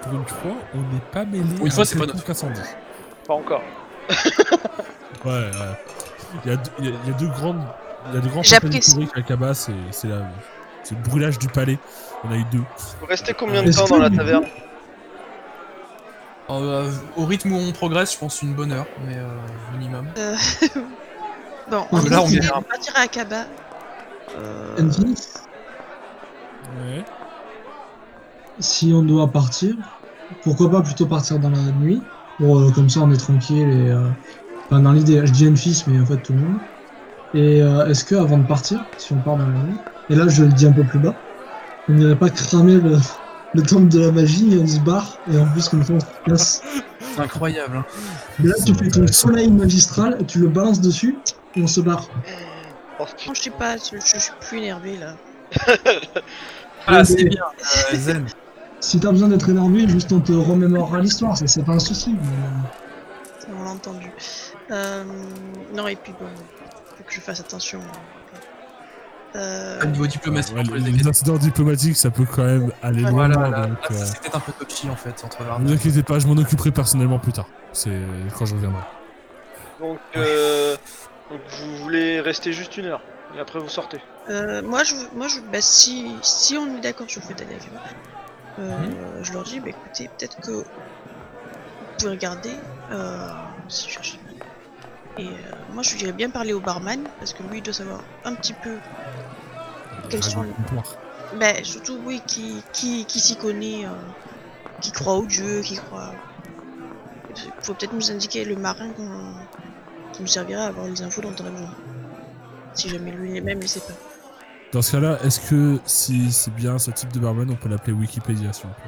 Pour une fois, on n'est pas mêlé. Pour une fois, c'est pas notre incendie. Pas encore. Ouais, ouais. Il y a deux, il y a- il y a deux grandes. Il y a deux grands J'apprécie. rappels historiques à Kaba, c'est c'est la- c'est le brûlage du palais. On a eu deux. Vous restez combien de Est-ce temps que dans la du taverne Euh, au rythme où on progresse, je pense une bonne heure, mais euh, minimum. Bon, Parce que là, on est est- partir à Akaba. Ennis, Ouais. si on doit partir, pourquoi pas plutôt partir dans la nuit pour, euh, Comme ça, on est tranquille et. euh, Enfin, dans l'idée, je dis Enfis, mais en fait, tout le monde. Et euh, est-ce que avant de partir, si on part dans la nuit, et là, je le dis un peu plus bas, on n'irait pas cramer le, le temple de la magie et on se barre, et en plus, comme ça, on se casse. C'est incroyable. hein. Et là, tu C'est fais ton intéressant. soleil magistral, tu le balances dessus, et on se barre. Parce que- Euh, Non, je sais pas, je, je suis plus énervé là. Ah, Ah, mais- c'est bien. euh, zen. Si t'as besoin d'être énervé, juste on te remémorera l'histoire, ça c'est pas un souci. mais, euh, Ça, On l'a entendu. Euh, non, et puis bon, faut que je fasse attention. hein. Euh, Au niveau diplomatique, Ouais, on peut les, les les écarter. incidents diplomatiques, ça peut quand même aller loin. Voilà, là, donc, là, euh, c'était un peu touchy en fait entre Ne vous Varna. inquiétez pas, je m'en occuperai personnellement plus tard. C'est quand je reviendrai. donc, euh, donc vous voulez rester juste une heure et après vous sortez. euh, moi, je, moi, je, bah, si, si on est d'accord sur le fait d'aller à Akaba, euh, je leur dis, bah, écoutez, peut-être que vous pouvez regarder euh, si je cherche. Et euh, moi, je dirais bien parler au barman parce que lui, il doit savoir un petit peu Quels sont les- Ben, surtout, oui, qui, qui, qui s'y connaît, euh, qui croit au dieu, qui croit. Faut peut-être nous indiquer le marin qu'on- qui nous servira à avoir les infos dont on a besoin. Si jamais lui-même ne sait pas. Dans ce cas-là, est-ce que si c'est bien ce type de barman, on peut l'appeler Wikipédia si on peut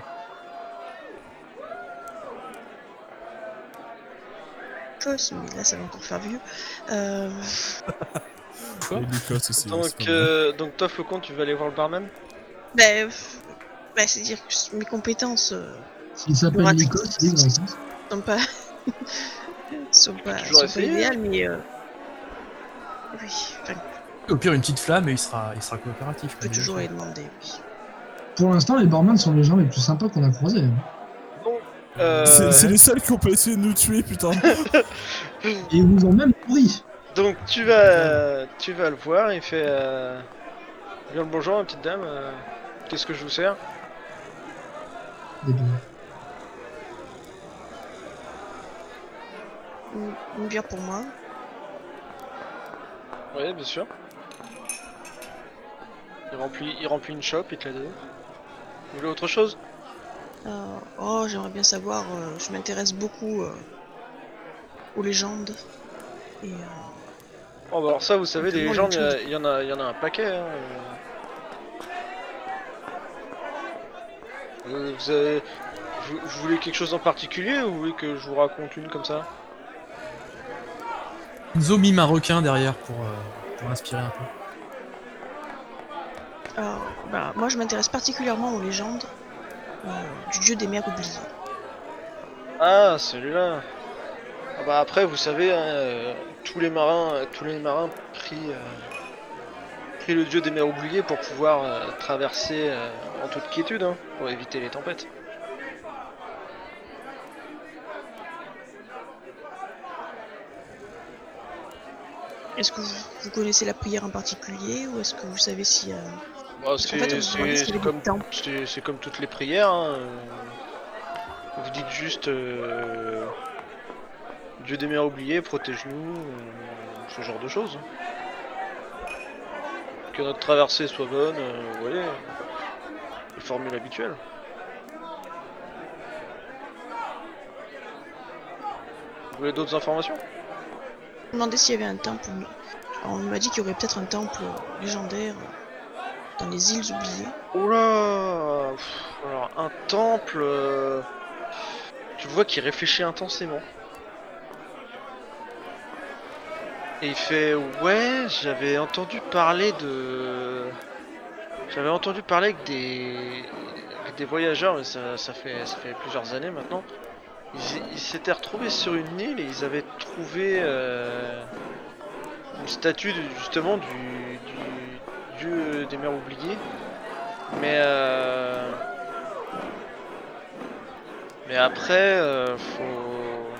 Chose, mais là ça va encore faire vieux. Euh, Quoi Et Lucas, c'est- c'est pas Donc, mal. euh, donc toi, Faucon, tu vas aller voir le barman ben, f- ben, c'est dire que s- mes compétences euh, S'il s'appelle Pratique. Nico, c'est hein. grave. sont pas. sont pas, toujours sont pas essayer. idéales, mais. euh, Oui, enfin, Au pire, une petite flamme et il sera, il sera coopératif. je peux toujours les demander. oui. Pour l'instant, les barman sont les gens les plus sympas qu'on a croisés. hein. Euh, C'est c'est les seuls qui ont pas essayé de nous tuer, putain. Et ils nous ont même nourris. Donc tu vas, tu vas le voir, il fait euh, bien le bonjour, ma petite dame. euh, Qu'est-ce que je vous sers Et bien, Une, une bière pour moi. Oui, bien sûr. Il remplit, il remplit une chope, il te la donne. Vous voulez autre chose Euh, oh, j'aimerais bien savoir, euh, je m'intéresse beaucoup euh, aux légendes. Et, euh, Oh bah alors ça, vous savez, les Demande légendes, il une y, chose. a- il y en a, il y en a un paquet. hein, euh. Euh, vous, avez- vous- vous voulez quelque chose en particulier ou vous voulez que je vous raconte une comme ça Enzo mime un requin derrière pour, euh, pour l'inspirer un peu. alors, bah, moi, je m'intéresse particulièrement aux légendes euh, du dieu des mers oubliées. Ah, celui-là. Ah bah après, vous savez, hein, euh, tous les marins, euh, tous les marins prient, euh, prient le dieu des mers oubliées pour pouvoir euh, traverser euh, en toute quiétude, hein, pour éviter les tempêtes. Est-ce que vous, vous connaissez la prière en particulier ou est-ce que vous savez si. euh, Bah, parce qu'en fait, on c'est se demandait c'est- s'il y c'est avait comme, des temples. c'est- c'est comme toutes les prières. hein, euh, Vous dites juste euh, Dieu des mers oubliées, protège-nous, euh, ce genre de choses. Que notre traversée soit bonne, euh, vous voyez, les formules habituelles. Vous voulez d'autres informations Je me demandais s'il y avait un temple. ou non. Alors, on m'a dit qu'il y aurait peut-être un temple euh, légendaire euh, dans les îles oubliées. Oula Pff, Alors un temple... euh, Tu vois qu'il réfléchit intensément. Et il fait ouais j'avais entendu parler de... J'avais entendu parler que des... que des voyageurs, mais ça, ça fait, ça fait plusieurs années maintenant. Ils ils s'étaient retrouvés sur une île et ils avaient trouvé euh, une statue de- justement du, du dieu des mers oubliées. Mais euh... mais après, euh, faut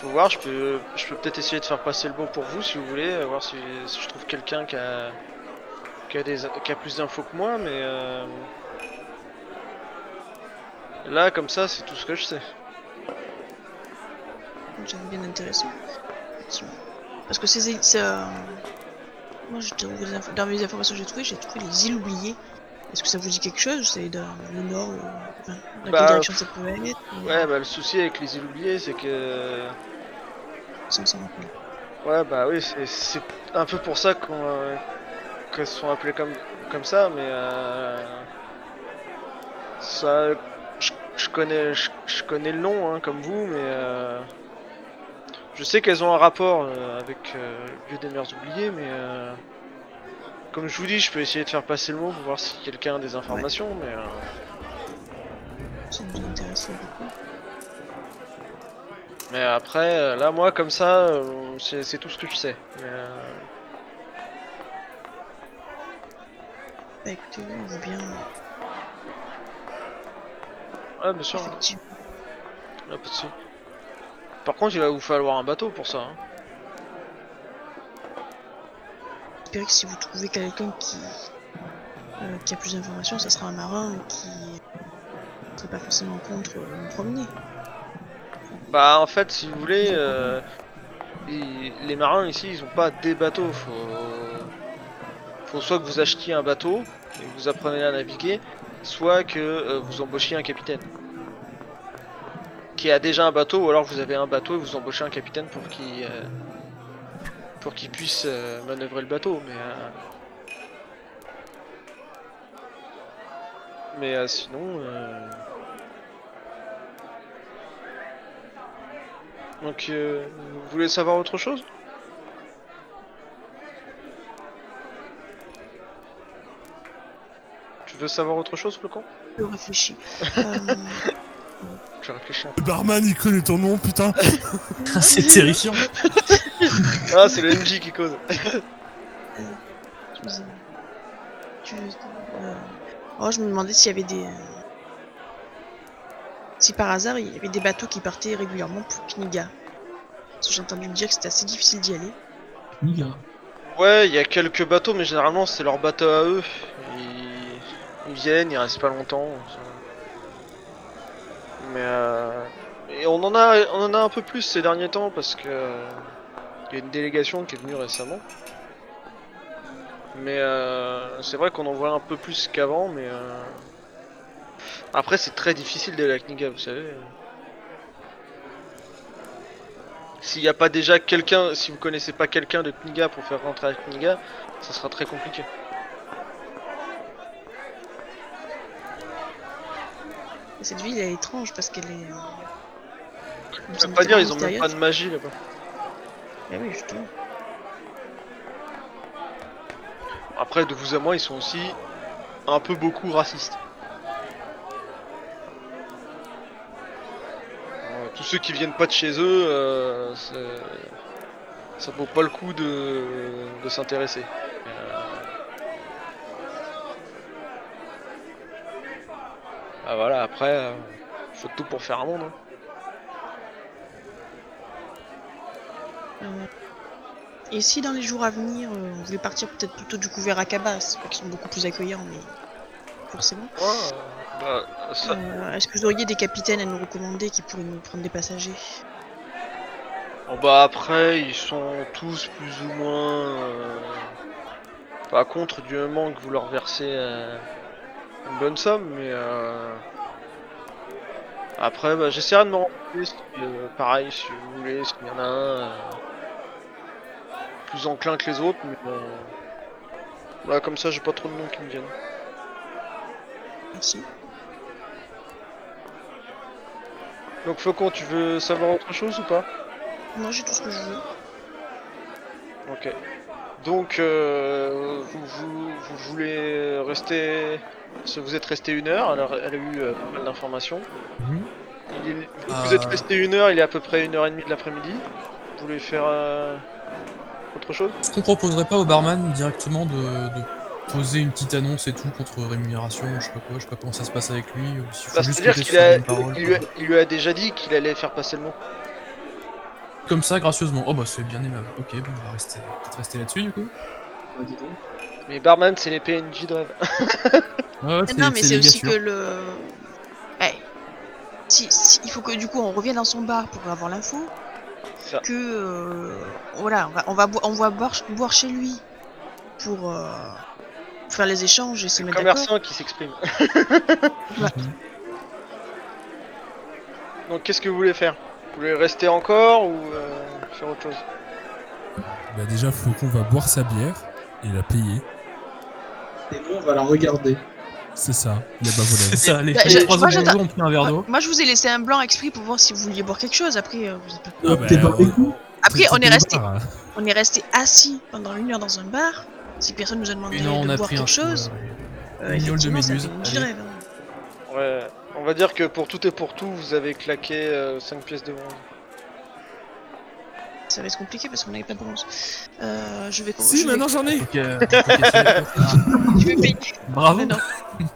faut voir. Je peux je peux peut-être essayer de faire passer le bon pour vous si vous voulez, euh, voir si, si je trouve quelqu'un qui a qui a des qui a plus d'infos que moi. Mais euh... là, comme ça, c'est tout ce que je sais. Donc, J'avais bien intéressant. Effectivement. Parce que ces îles, ça. euh, Moi, j'ai trouvé les infos- dans les informations que j'ai trouvées, j'ai trouvé les îles oubliées. Est-ce que ça vous dit quelque chose C'est dans le nord ou. Enfin, dans Bah, quelle direction ça pouvait aller Ouais, bah le souci avec les îles oubliées, c'est que. Ça me semble pas. Ouais, bah oui, c'est- c'est un peu pour ça qu'on, euh, qu'elles sont appelées comme, comme ça, mais. euh, ça. Je je connais, je je connais le nom, hein, comme vous, mais. euh, je sais qu'elles ont un rapport euh, avec euh, le lieu des mers oubliées, mais. euh, comme je vous dis, je peux essayer de faire passer le mot pour voir si quelqu'un a des informations, mais. euh, Ça nous intéresse beaucoup. Mais après, euh, là, moi, comme ça, euh, c'est c'est tout ce que je sais. Mais, euh, Bah, écoutez, oui, on veut bien. Ouais, bien sûr, Effectivement. là, Ah, pas de souci. Par contre, il va vous falloir un bateau pour ça. hein. J'espère que si vous trouvez quelqu'un qui, euh, qui a plus d'informations, ça sera un marin qui ne serait pas forcément contre euh, nous promener. Bah, en fait, si vous voulez, euh, ils- les marins ici, ils ont pas des bateaux. Faut... Faut soit que vous achetiez un bateau et vous apprenez à naviguer, soit que euh, vous embauchiez un capitaine. Qui a déjà un bateau, ou alors vous avez un bateau et vous embauchez un capitaine pour qu'il euh, pour qu'il puisse euh, manœuvrer le bateau. Mais euh, mais euh, sinon. euh, Donc, euh, vous voulez savoir autre chose Tu veux savoir autre chose, Flocon Je réfléchis. Euh, Je réfléchis un Le barman, il connaît ton nom, putain C'est terrifiant. peu. Ah, c'est le NJ qui cause. je me disais- tu- euh, oh, je me demandais s'il y avait des. euh, Si par hasard il y avait des bateaux qui partaient régulièrement pour Kniga. Parce que j'ai entendu dire que c'était assez difficile d'y aller. Niga. Ouais, il y a quelques bateaux, mais généralement, c'est leur bateau à eux. Ils, ils viennent, ils restent pas longtemps. Mais euh... Et on en, a, on en a un peu plus ces derniers temps parce que. euh, Il y a une délégation qui est venue récemment. Mais euh, c'est vrai qu'on en voit un peu plus qu'avant, mais. euh, Après, c'est très difficile d'aller à Kniga, vous savez. S'il n'y a pas déjà quelqu'un, si vous connaissez pas quelqu'un de Kniga pour faire rentrer à Kniga, ça sera très compliqué. Et cette ville elle est étrange parce qu'elle est. euh, elle me Je peux semble pas dire, tellement ils ont même pas mystérieuse. de magie là-bas. Ah oui, justement. Après, de vous à moi, ils sont aussi un peu beaucoup racistes. Euh, Tous ceux qui viennent pas de chez eux, euh, c'est- ça vaut pas le coup de, de s'intéresser. Euh, Ah voilà, après, euh, faut tout pour faire un monde. hein. Euh, Et si dans les jours à venir, euh, on voulait partir peut-être plutôt du couvert à Cabas, qui sont beaucoup plus accueillants, mais forcément. Ouais, euh, bah, ça- Euh, Est-ce que vous auriez des capitaines à nous recommander qui pourraient nous prendre des passagers Oh bah après, ils sont tous plus ou moins euh, pas contre du moment que vous leur versez euh, une bonne somme, mais euh, après, bah, j'essaierai de me renseigner, si, euh, pareil, si vous voulez, s'il y en a un euh, plus enclin que les autres, mais euh, voilà, comme ça, j'ai pas trop de noms qui me viennent. Merci. Donc Flocon, tu veux savoir autre chose ou pas Moi j'ai tout ce que je veux. Ah, Ok. Donc, euh, vous, vous, vous voulez rester. parce que Vous êtes resté une heure, elle a, elle a eu euh, pas mal d'informations. Mhm. Il est- vous- Euh. Vous êtes resté une heure, il est à peu près une heure et demie de l'après-midi. Vous voulez faire euh, autre chose Est-ce qu'on proposerait pas au barman directement de, de poser une petite annonce et tout contre rémunération, je sais pas quoi, je sais pas comment ça se passe avec lui, ou s'il faut Bah, juste C'est-à-dire compter qu'il sur a, une parole, il lui a- quoi. il lui a déjà dit qu'il allait faire passer le mot. Comme ça, gracieusement. Oh bah c'est bien aimable. Ok, bon, on va rester, peut-être rester là-dessus du coup. Ah, dis donc. Mais barman, c'est les PNJ de rêve. Ouais, ouais, non, mais c'est les aussi gâtures. que le. eh, Ouais. Si, si- il faut que du coup on revienne dans son bar pour avoir l'info. Ça. que euh, voilà, on va, on va, bo- on va boire, boire chez lui pour euh, faire les échanges et se C'est le mettre Ah, d'accord. commerçant qui s'exprime. Donc qu'est-ce que vous voulez faire Vous voulez rester encore ou euh, faire autre chose Bah déjà, Flocon va boire sa bière et la payer. Et nous, on va la regarder. C'est ça, les bas C'est ça, les Bah, les je- trois moi, hommes j'attends- bourrés ont pris un verre d'eau. Moi, je vous ai laissé un blanc exprès pour voir si vous vouliez boire quelque chose. Après, euh, vous êtes pas- Ah bah, T'es pas on- beaucoup après on est resté, on est resté assis pendant une heure dans un bar. Si personne nous a demandé Et non, on de a boire pris un quelque coup, chose, euh, euh, mignole de effectivement, ça méduse. fait une petite Allez. rêve, hein. Ouais, on va dire que pour tout et pour tout, vous avez claqué 5 pièces de bronze. Ça va être compliqué parce qu'on n'avait pas de bronze. Euh, je vais. je Si, vais- maintenant j'en ai faut que- faut que euh, c'est- je vais payer. Bravo. Non, non,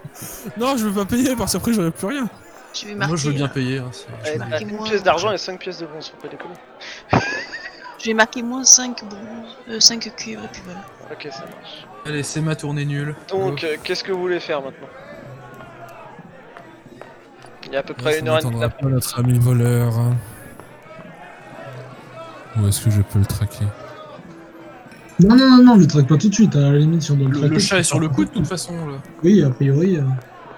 Non, je veux pas payer, parce qu'après j'aurai plus rien. je vais marquer. Moi, je veux bien euh, payer. hein, c'est- Eh, je marqué t'as une moins. pièce d'argent et 5 pièces de bronze, faut pas déconner. Je vais marquer moins 5 bronze, euh, 5 cuivres et puis voilà. Ok, ça marche. Allez, c'est ma tournée nulle. Donc, euh, qu'est-ce que vous voulez faire maintenant Il y a à peu Est-ce près qu'on une heure et demie attendra d'après. pas notre ami voleur. hein. Où est-ce que je peux le traquer Non, non, non, non, le traque pas tout de suite, hein. à la limite, si on doit le Le, traquer. le chat est sur le coup de coude toute façon. Là. Oui, a priori. euh.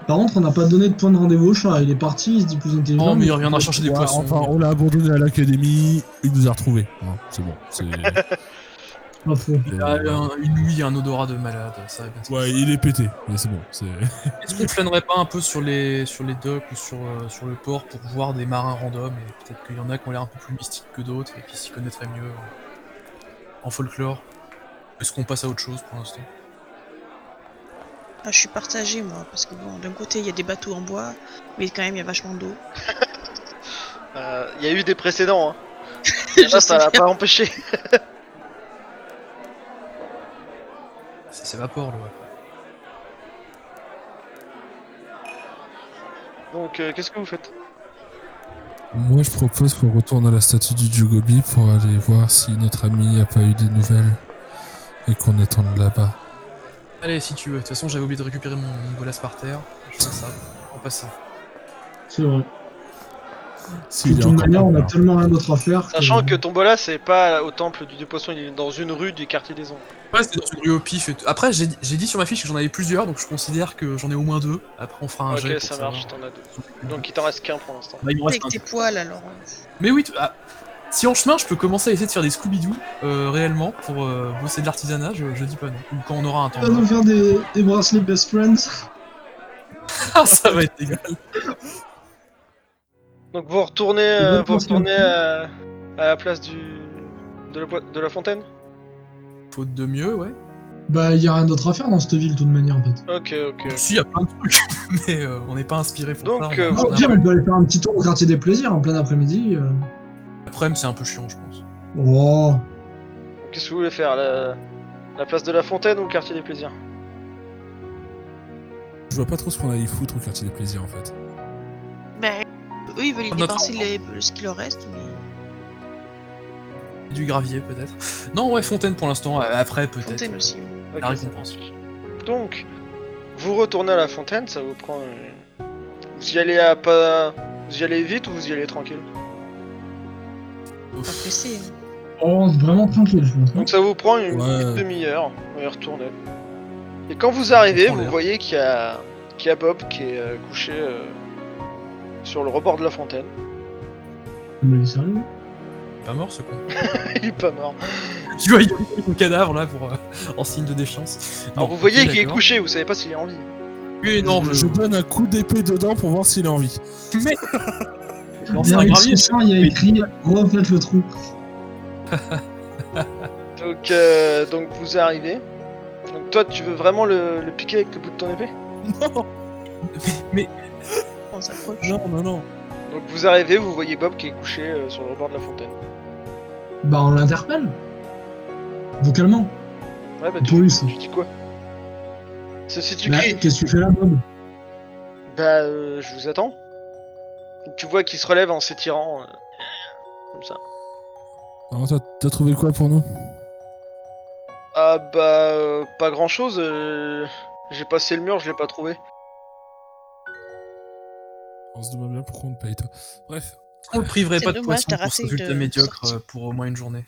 Par contre, on n'a pas donné de point de rendez-vous au chat, il est parti, il se dit plus intelligent. Non, mais il reviendra chercher des Ouais, poissons. Enfin, on l'a abandonné à l'académie, il nous a retrouvés. Ouais, c'est bon. c'est- Pas faux. Il a un- une ouïe, un odorat de malade. Ça va bien se Ouais, il est pété, mais c'est bon. c'est- Est-ce qu'on flânerait pas un peu sur les, sur les docks ou sur, euh, sur le port pour voir des marins random et peut-être qu'il y en a qui ont l'air un peu plus mystiques que d'autres et qui s'y connaîtraient mieux en, en folklore Est-ce qu'on passe à autre chose pour l'instant Ah, je suis partagée moi, parce que bon, d'un côté il y a des bateaux en bois, mais quand même il y a vachement d'eau. Euh, Il y a eu des précédents, hein. Je Ça, sais ça l'a bien. pas empêché. Ça s'évapore, là. Donc, euh, qu'est-ce que vous faites Moi, je propose qu'on retourne à la statue du dieu Gobi pour aller voir si notre ami a pas eu des nouvelles et qu'on attende là-bas. Allez, si tu veux. De toute façon, j'avais oublié de récupérer mon, mon golas par terre. Je fais ça. On passe ça. C'est vrai. Si De toute manière, on a tellement rien d'autre à faire. Sachant que Tombola, c'est pas au temple du Dieu Poisson, il est dans une rue du quartier des ombres. Ouais, c'était dans une rue au pif. et tout. Après, j'ai j'ai dit sur ma fiche que j'en avais plusieurs, donc je considère que j'en ai au moins deux. Après, on fera un ok, jet. Ah, pour ça savoir. marche, t'en as deux. Donc, il t'en reste qu'un pour l'instant. Bah, il me reste Avec tes poils alors. hein. Mais oui, tu- ah, si en chemin je peux commencer à essayer de faire des Scooby-Doo euh, réellement pour euh, bosser de l'artisanat, je, je dis pas non. Ou quand on aura un temps. On va nous faire des, des bracelets best friends. Ah, ça va être dégueu. Donc, vous retournez, euh, Vous vous retournez pensez- à, à la place du de la, po- de la fontaine Faute de mieux, ouais. Bah, il y a rien d'autre à faire dans cette ville, de toute manière, en fait. Ok, ok. Euh, Si, y a plein de trucs, mais euh, on n'est pas inspiré pour Donc, ça. euh, on a- Au on a- pire, elle peut aller faire un petit tour au quartier des plaisirs en plein après-midi. euh. Le problème, c'est un peu chiant, je pense. Oh, Qu'est-ce que vous voulez faire la... la place de la fontaine ou le quartier des plaisirs Je vois pas trop ce qu'on a à y foutre au quartier des plaisirs en fait. Ben, eux ils veulent y Notre dépenser enfant. les- ce qu'il leur reste, mais Du gravier, peut-être. Non, ouais, Fontaine pour l'instant. euh, Après, peut-être. Fontaine aussi. Ok, ça La récompense. marche. Donc, vous retournez à la fontaine, ça vous prend. euh, Vous y allez à pas. Vous y allez vite ou vous y allez tranquille Pas hein. Ouf. pressé. oh vraiment tranquille, je pense. hein. Donc ça vous prend une Ouais. petite demi-heure, on y retourner. Et quand vous arrivez, On prend vous l'air. voyez qu'il y, a... qu'il y a Bob qui est euh, couché euh, sur le rebord de la fontaine. Mais il est sérieux Pas mort, ce con. Il est pas mort. Tu vois, il y a son cadavre là pour euh, en signe de déchéance. Alors Ah, Non, vous voyez ok, qu'il est d'accord. couché, vous savez pas s'il est en vie. Oui, non, je, je. donne un coup d'épée dedans pour voir s'il a envie. Mais. Non, c'est Derrière un le gravier. soutien, il y a écrit refaites le trou. Donc, euh, donc vous arrivez. Donc toi, tu veux vraiment le, le piquer avec le bout de ton épée Non, On s'approche. non, non, non. Donc vous arrivez, vous voyez Bob qui est couché euh, sur le rebord de la fontaine. Bah, on l'interpelle. Vocalement. Ouais, bah Pour tu, lui, ça. tu dis quoi C'est si tu Bah, cries. Qu'est-ce que tu fais là, Bob Bah, euh, je vous attends. Tu vois qu'il se relève en s'étirant. euh, comme ça. Alors, t'as- t'as trouvé quoi pour nous Ah bah, euh, pas grand chose. J'ai passé le mur, je l'ai pas trouvé. On se demande bien pourquoi on te paye, toi. Bref. On le priverait C'est pas de dommage, poisson t'as pour ce raté résultat une médiocre sortie. euh, pour au moins une journée.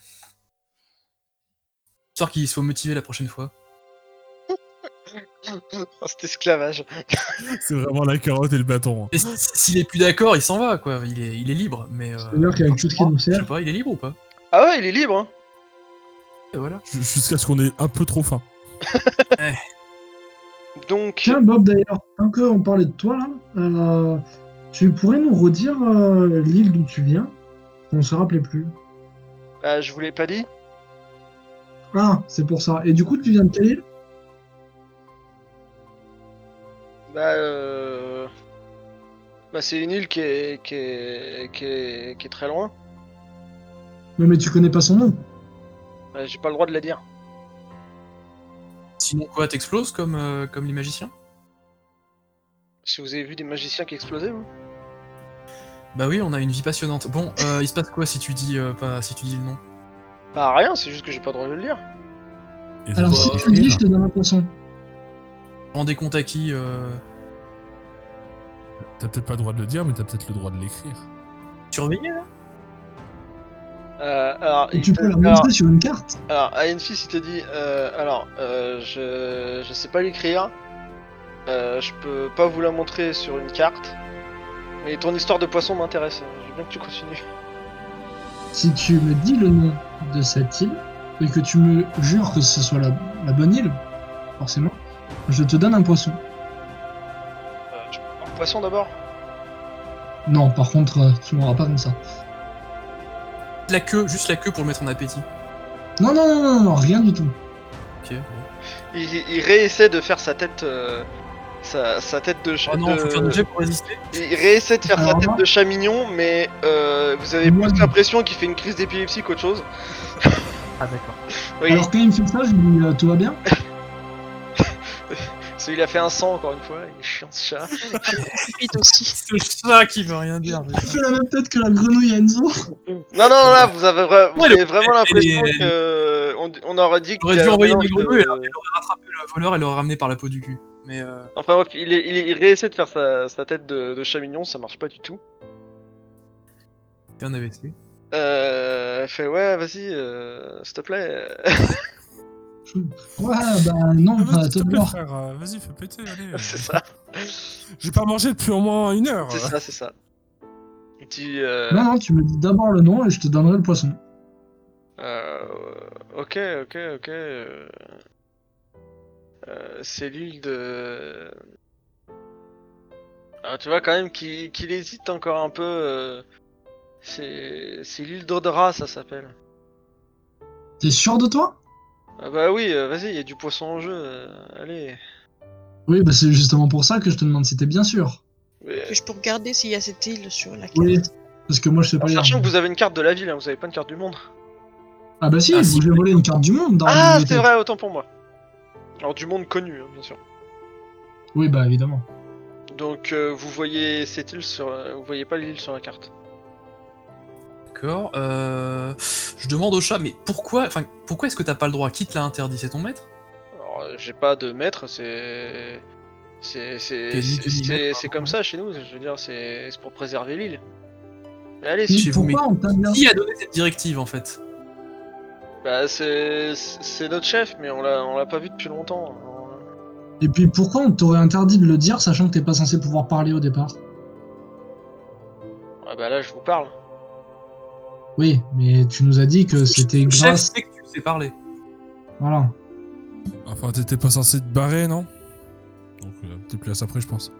Histoire qu'il soit motivé la prochaine fois. Oh, cet esclavage. C'est vraiment la carotte et le bâton. hein. Et s- S'il est plus d'accord, il s'en va, quoi. Il est, il est libre, mais... euh, C'est-à-dire qu'il y a quelque chose qui nous Je sert. sais pas, il est libre ou pas Ah ouais, il est libre. Hein. Et voilà. J- Jusqu'à ce qu'on ait un peu trop faim. Donc, Tiens, Bob, d'ailleurs, tant qu'on parlait de toi, là, euh, tu pourrais nous redire euh, l'île d'où tu viens On se rappelait plus. ah, je vous l'ai pas dit. Ah, c'est pour ça. Et du coup, tu viens de quelle île Bah, euh... bah c'est une île qui est, qui est, qui est, qui est très loin. Non, mais tu connais pas son nom. Bah, J'ai pas le droit de la dire. Sinon quoi, t'exploses comme, euh, comme les magiciens Si vous avez vu des magiciens qui explosaient, vous Bah oui, on a une vie passionnante. Bon, euh, il se passe quoi si tu dis euh, pas si tu dis le nom Bah rien, c'est juste que j'ai pas le droit de le dire. Et Alors, donc, si euh, tu le dis, je te donne un poisson. Rendez compte à qui euh, T'as peut-être pas le droit de le dire, mais t'as peut-être le droit de l'écrire. Surveiller là Euh, alors, Et il tu te- peux la alors, montrer sur une carte. alors, AN6, il te dit euh, Alors, euh, je, je sais pas l'écrire. Euh, je peux pas vous la montrer sur une carte. Mais ton histoire de poisson m'intéresse. Je veux bien que tu continues. Si tu me dis le nom de cette île, et que tu me jures que ce soit la, la bonne île, forcément, je te donne un poisson. Euh, je peux voir le poisson d'abord Non, par contre, euh, tu m'auras pas comme ça. La queue, juste la queue pour le mettre en appétit. Non, non, non, non, non, rien du tout. Ok. ouais. il, il réessaie de faire sa tête. euh, sa, sa tête de chat. Ah non, de- faut faire des jets pour résister. Il réessaie de faire sa Alors tête moi- de chat mignon, mais euh, vous avez Moi, plus je- l'impression qu'il fait une crise d'épilepsie qu'autre chose. Ah d'accord. Oui, Alors, quand il me fait ça, je lui dis euh, Tout va bien parce qu'il a fait un sang encore une fois, il est chiant ce chat. Vite aussi. C'est ça qui veut rien dire. Il fait la même tête que la grenouille Enzo. Non, non, non, là, vous avez, vra- vous Ouais, le- avez vraiment l'impression elle est- que. On, on aurait dit qu'il y J'aurais dû a un envoyer mélange mes grenouilles, de- alors elle aurait rattrapé le voleur et l'aurait ramené par la peau du cul. Mais euh, Enfin bref, il, est- il, est- il réessaie de faire sa, sa tête de, de chat mignon, ça marche pas du tout. t'es un AVC. Euh, elle fait ouais, vas-y, euh, s'il te plaît. Ouais, bah non, Ah, vas-y, bah, s'il t'es te plaît, mort. frère, euh, Vas-y, fais péter, allez. euh. c'est ça, J'ai pas mangé depuis au moins une heure. c'est ça, c'est ça. Il dit. Euh, Non, non, tu me dis d'abord le nom et je te donnerai le poisson. Euh, ok, ok, ok. euh, euh, c'est l'île de. Ah, tu vois quand même qu'il qu'il hésite encore un peu. euh, C'est c'est l'île d'Odra, ça s'appelle. T'es sûr de toi Ah bah oui, euh, vas-y, il y a du poisson en jeu. euh, allez. Oui, bah c'est justement pour ça que je te demande si t'es bien sûr. Mais- Que je peux regarder s'il y a cette île sur la carte. Oui. Parce que moi je sais pas Alors, lire. sachant que vous avez une carte de la ville, hein, vous avez pas une carte du monde. Ah bah si, Ah, vous si. j'ai volé une carte du monde dans la Ah, c'est bibliothèque. vrai, autant pour moi. Alors du monde connu, hein, bien sûr. Oui, bah évidemment. Donc euh, vous voyez cette île sur, euh, vous voyez pas l'île sur la carte. D'accord. Euh... Je demande au chat, mais pourquoi, enfin, pourquoi est-ce que t'as pas le droit Qui te l'a interdit C'est ton maître Alors, euh, j'ai pas de maître, c'est. C'est, c'est, T'es ni c'est, deux ni c'est- maître, c'est hein. comme ça chez nous, je veux dire, c'est, c'est pour préserver l'île. Mais allez, Mais si- chez vous, pourquoi on t'a bien Qui a donné cette directive en fait bah, c'est, c'est notre chef, mais on l'a, on l'a pas vu depuis longtemps. Alors, euh, Et puis pourquoi on t'aurait interdit de le dire sachant que t'es pas censé pouvoir parler au départ Ah bah là, je vous parle. Oui, mais tu nous as dit que c'était Le Chef, grâce. c'est que tu sais parler. Voilà. Enfin, t'étais pas censé te barrer, non Donc, euh, t'es plus à ça après, je pense.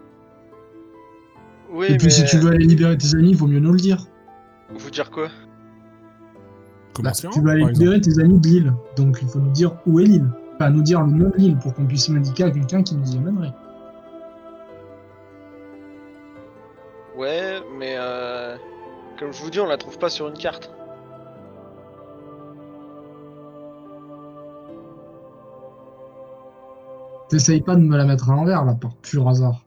Oui, Et puis mais. si tu veux aller libérer tes amis, il vaut mieux nous le dire. Bah, Vous dire quoi Bah, Commencer tu vas aller libérer tes amis de l'île. Donc il faut nous dire où est l'île. Enfin, nous dire le nom de l'île pour qu'on puisse m'indiquer à quelqu'un qui nous y amènerait. Ouais, mais. euh, Comme je vous dis, on la trouve pas sur une carte. T'essayes pas de me la mettre à l'envers là par pur hasard.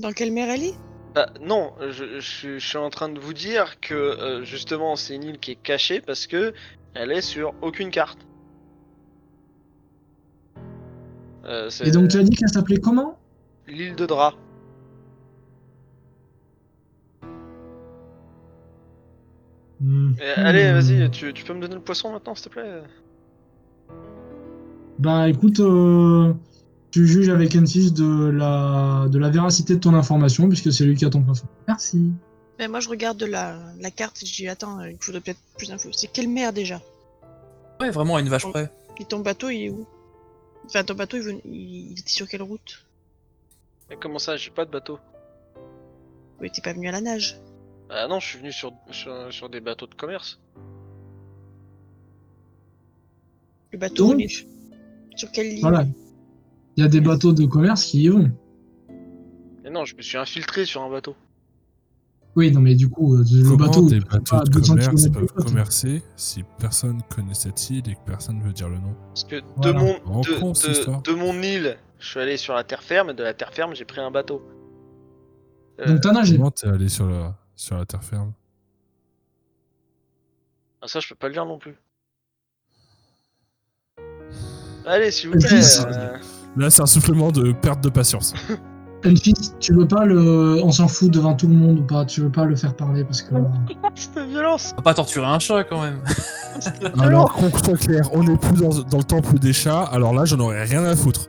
Dans quelle mer elle est Bah non, je, je- je suis en train de vous dire que euh, justement c'est une île qui est cachée parce que elle est sur aucune carte. Euh, c'est Et donc tu as dit qu'elle s'appelait comment l'île de Dra. Hmm. Et Euh, Hmm. allez, vas-y, tu, tu peux me donner le poisson maintenant, s'il te plaît Euh, Bah écoute, euh, tu juges avec N6 de la, de la véracité de ton information, puisque c'est lui qui a ton poisson. Merci. Mais moi, je regarde la, la carte et je dis Attends, il faudrait peut-être plus d'infos. C'est quelle mer déjà Ouais, vraiment, à une vache près. Et ton bateau, il est où Enfin, ton bateau, il, ven- il- il était sur quelle route Et comment ça, j'ai pas de bateau Oui, t'es pas venu à la nage. Ah non, je suis venu sur, sur, sur des bateaux de commerce. Le bateau, Donc il est sur quelle ligne Voilà. Il y a des bateaux de commerce qui y vont. Et non, je me suis infiltré sur un bateau. Oui, non, mais du coup, euh, le Comment bateau. des tu peux bateaux pas de 200 commerce kilomètres de peuvent côte. commercer si personne connaît cette île et que personne veut dire le nom Parce que Voilà. de, mon, Rends de, compte, cette de- histoire. de mon île, je suis allé sur la terre ferme, et de la terre ferme, j'ai pris un bateau. Euh, Donc t'as nagé. Comment t'es allé sur la, sur la terre ferme ah, ça, je peux pas le dire non plus. Allez, s'il vous Je plaît. dis- euh, Là, c'est un soufflement de perte de patience. Enfit, tu veux pas le. On s'en fout devant tout le monde ou pas Tu veux pas le faire parler parce que. Cette violence On va pas torturer un chat quand même. Alors, qu'on soit clair, on n'est plus dans, dans le temple des chats, alors là, j'en aurais rien à foutre.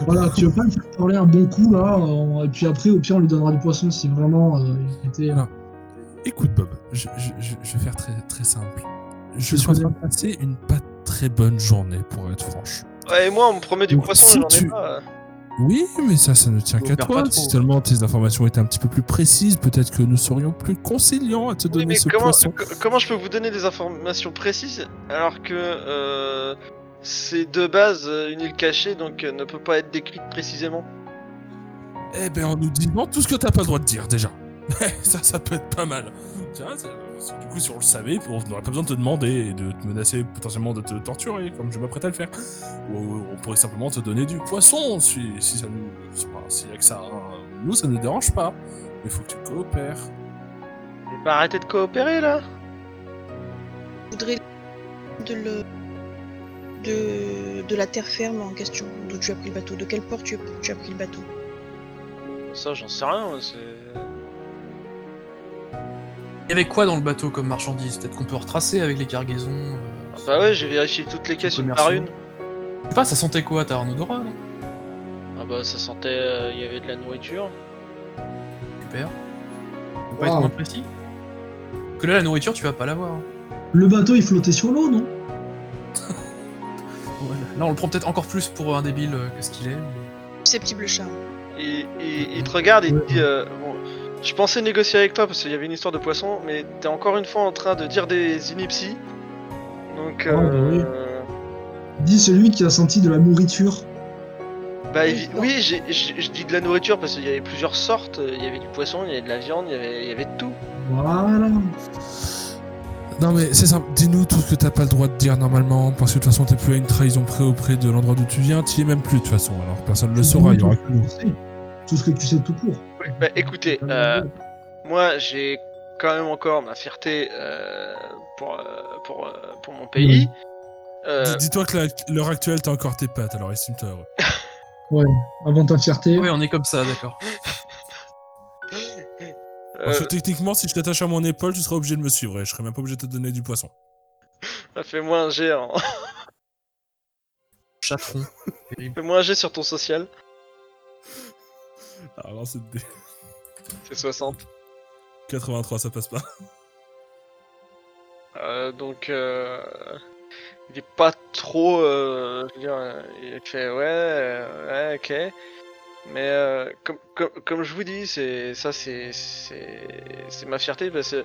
Voilà, tu veux pas le faire parler un bon coup là euh, Et puis après, au pire, on lui donnera du poisson si vraiment euh, il était. Non. Écoute, Bob, je, je- je- je vais faire très, très simple. Je Je suis en connais. train de passer une pas très bonne journée, pour être franche. Ouais, et moi, on me promet du Donc, poisson, si j'en ai tu- pas. Oui, mais ça, ça ne tient Faut qu'à faire toi. pas trop. Si seulement tes informations étaient un petit peu plus précises, peut-être que nous serions plus conciliants à te Oui, donner mais ce comment, poisson. co- comment je peux vous donner des informations précises alors que euh, c'est de base euh, une île cachée donc euh, ne peut pas être décrite précisément Eh ben, en nous disant tout ce que t'as pas le droit de dire, déjà. ça, ça peut être pas mal. Tiens, ça- parce que du coup, si on le savait, on n'aurait pas besoin de te demander et de te menacer potentiellement de te torturer, comme je m'apprête à le faire. Ou on pourrait simplement te donner du poisson, si, si ça nous... Enfin, si y a que ça... hein, Nous, ça ne nous dérange pas. Mais faut que tu coopères. Mais pas arrêter de coopérer là Je voudrais de le. De, de la terre ferme en question, d'où tu as pris le bateau, de quel port tu, tu as pris le bateau. Ça j'en sais rien, hein, c'est... Il y avait quoi dans le bateau comme marchandise Peut-être qu'on peut retracer avec les cargaisons. euh, Ah bah ouais j'ai vérifié toutes les caisses une par commerçant. une. Je sais pas, ça sentait quoi T'as un odorat, non Ah bah ça sentait, euh, il y avait de la nourriture. Super. Faut pas Wow. être moins précis Parce Que là, la nourriture, tu vas pas l'avoir. hein. Le bateau, il flottait sur l'eau, non Là, on le prend peut-être encore plus pour un débile euh, que ce qu'il est. mais- Susceptible chat. Il, il- il te regarde et il te dit euh, bon, je pensais négocier avec toi parce qu'il y avait une histoire de poisson mais t'es encore une fois en train de dire des inepties. Donc... Ah, bah oui. euh, Dis celui qui a senti de la nourriture. Bah Oui, évi- non. oui, j'ai- j'ai- je dis de la nourriture parce qu'il y avait plusieurs sortes. Il y avait du poisson, il y avait de la viande, il y avait, il y avait de tout. Voilà. Non mais c'est simple, dis-nous tout ce que t'as pas le droit de dire normalement, parce que de toute façon t'es plus à une trahison près auprès de l'endroit d'où tu viens, t'y es même plus de toute façon, alors personne ne le saura, il y aura que nous. Tout ce que tu sais tout court. Bah écoutez, euh, moi j'ai quand même encore ma fierté euh, pour, euh, pour, euh, pour mon pays. Euh, Dis- Dis-toi que la- l'heure actuelle t'as encore tes pattes, alors estime-toi heureux. Avant ta fierté. Ouais, on est comme ça, d'accord. Parce euh, que techniquement si je t'attache à mon épaule, tu seras obligé de me suivre et je serais même pas obligé de te donner du poisson. Fais-moi un jet, hein. Chatron. fais-moi un jet sur ton social. Alors c'est des- C'est 60. 83 ça passe pas. Euh, donc euh, il est pas trop. euh, je veux dire, euh, il fait ouais, euh, ouais, ok. Mais euh, comme, comme, comme je vous dis, c'est ça, c'est c'est c'est ma fierté parce que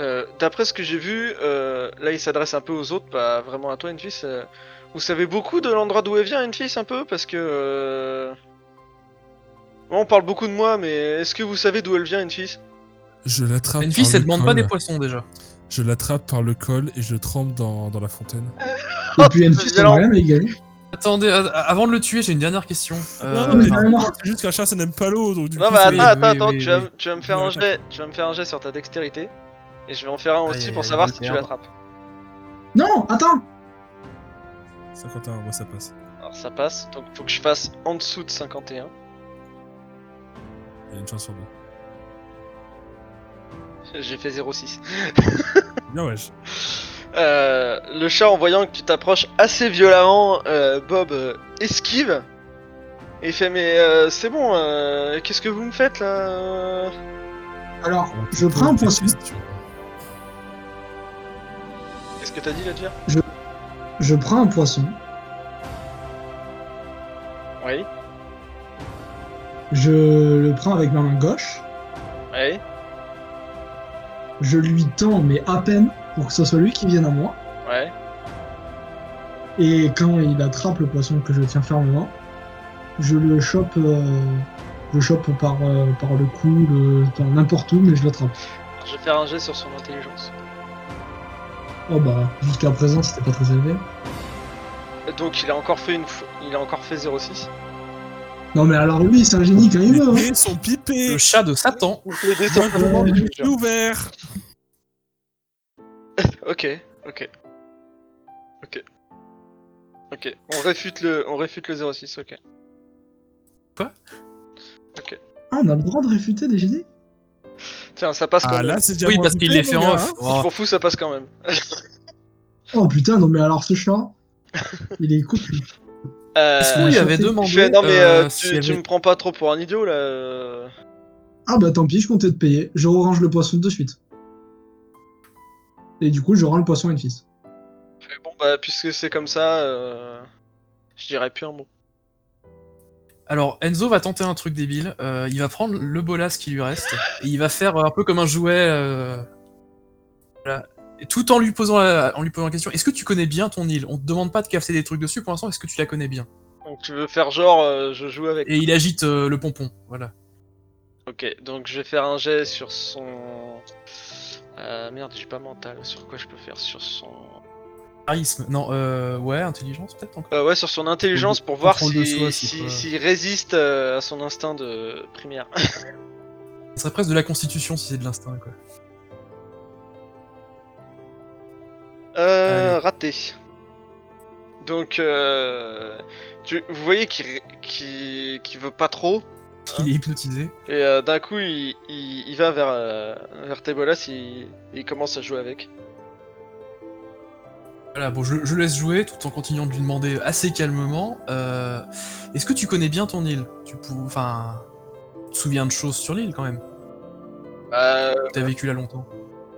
euh, d'après ce que j'ai vu, euh, là il s'adresse un peu aux autres, pas vraiment à toi, Enfis. euh, vous savez beaucoup de l'endroit d'où elle vient, Enfis, un peu parce que euh, moi, on parle beaucoup de moi, mais est-ce que vous savez d'où elle vient, Enfis Je l'attrape Une fille, par ça le demande pas col. des poissons déjà. Je l'attrape par le col et je le trempe dans, dans la fontaine. oh, Et puis Enfis, t'en as rien à gagner. Attendez, euh, avant de le tuer, j'ai une dernière question. Euh, non, mais enfin, vraiment. C'est juste qu'un chat ça n'aime pas l'eau donc du Non coup mais bah, attends, c'est- attends, oui, attends, oui, tu, vas, oui. tu vas me faire Non, un attends. jet, tu vas me faire un jet sur ta dextérité, et je vais en faire un Aïe, aussi aïe, pour aïe, savoir je vais si tu perdre. l'attrapes. Non, attends. 51, moi ça passe. Alors ça passe, donc faut que je fasse en dessous de 51. Il y a une chance sur deux. J'ai fait 0,6. Bien wesh. Euh, le chat, en voyant que tu t'approches assez violemment, euh, Bob euh, esquive. Et il fait Mais euh, c'est bon, euh, qu'est-ce que vous me faites là euh Alors, je prends un point Question. Qu'est-ce que t'as dit là déjà Je prends un poisson, Oui, je le prends avec ma main gauche, oui. je lui tends, mais à peine, pour que ce soit lui qui vienne à moi. Ouais. Et quand il attrape le poisson que je tiens fermement, je le chope, euh, je le chope par, euh, par le cou, le- par n'importe où, mais je l'attrape. Je vais faire un jet sur son intelligence. Oh bah, jusqu'à présent, c'était pas très élevé. Donc il a encore fait une fou- il a encore fait 06. Non mais alors lui, c'est un génie quand il Les veut. hein. dés sont pipés. Le chat de Satan. Les dés sont vraiment nuls, J'ai ouvert. Ok, ok. Ok. Ok, on réfute le, on réfute le 06, ok. Ah, on a le droit de réfuter des génies Tiens, ça passe quand Ah même. là, c'est déjà Oui, moins parce qu'il pipé, les fait mon en gars, off. hein. Je Oh. m'en fous, ça passe quand même. Oh putain, non mais alors ce chat, il est cocu. Euh, Est-ce qu'on lui avait je fais- demandé je fais, non mais euh, euh, tu, s'il y tu avait- me prends pas trop pour un idiot là. euh. Ah bah tant pis, je comptais te payer. Je range le poisson de suite. Et du coup, je rends le poisson à une fille. Mais Bon bah puisque c'est comme ça, euh, je dirais plus un mot. Alors, Enzo va tenter un truc débile. Euh, il va prendre le bolas qui lui reste et il va faire euh, un peu comme un jouet. euh, voilà. Et tout en lui posant la, en lui posant la question est-ce que tu connais bien ton île On te demande pas de casser des trucs dessus pour l'instant, est-ce que tu la connais bien Donc tu veux faire genre euh, je joue avec. Et il agite euh, le pompon. Voilà. Ok, donc je vais faire un jet sur son. Euh, merde, j'ai pas mental. Sur quoi je peux faire Sur son. Charisme. Non, euh, ouais, intelligence peut-être encore. Euh, ouais, sur son intelligence pour Ou voir contrôle de s'il soi, c'est si, pas- s'il résiste euh, à son instinct de primaire. Ça serait presque de la constitution si c'est de l'instinct quoi. Euh, Allez. raté. Donc, euh, tu, vous voyez qu'il qu'il- qu'il veut pas trop, Il est hypnotisé. et euh, d'un coup, il, il, il va vers, euh, vers Tebolas, il, il commence à jouer avec. Voilà, bon, je, je laisse jouer tout en continuant de lui demander assez calmement euh, Est-ce que tu connais bien ton île Tu pou- Enfin. Tu te souviens de choses sur l'île quand même Euh, T'as vécu là longtemps.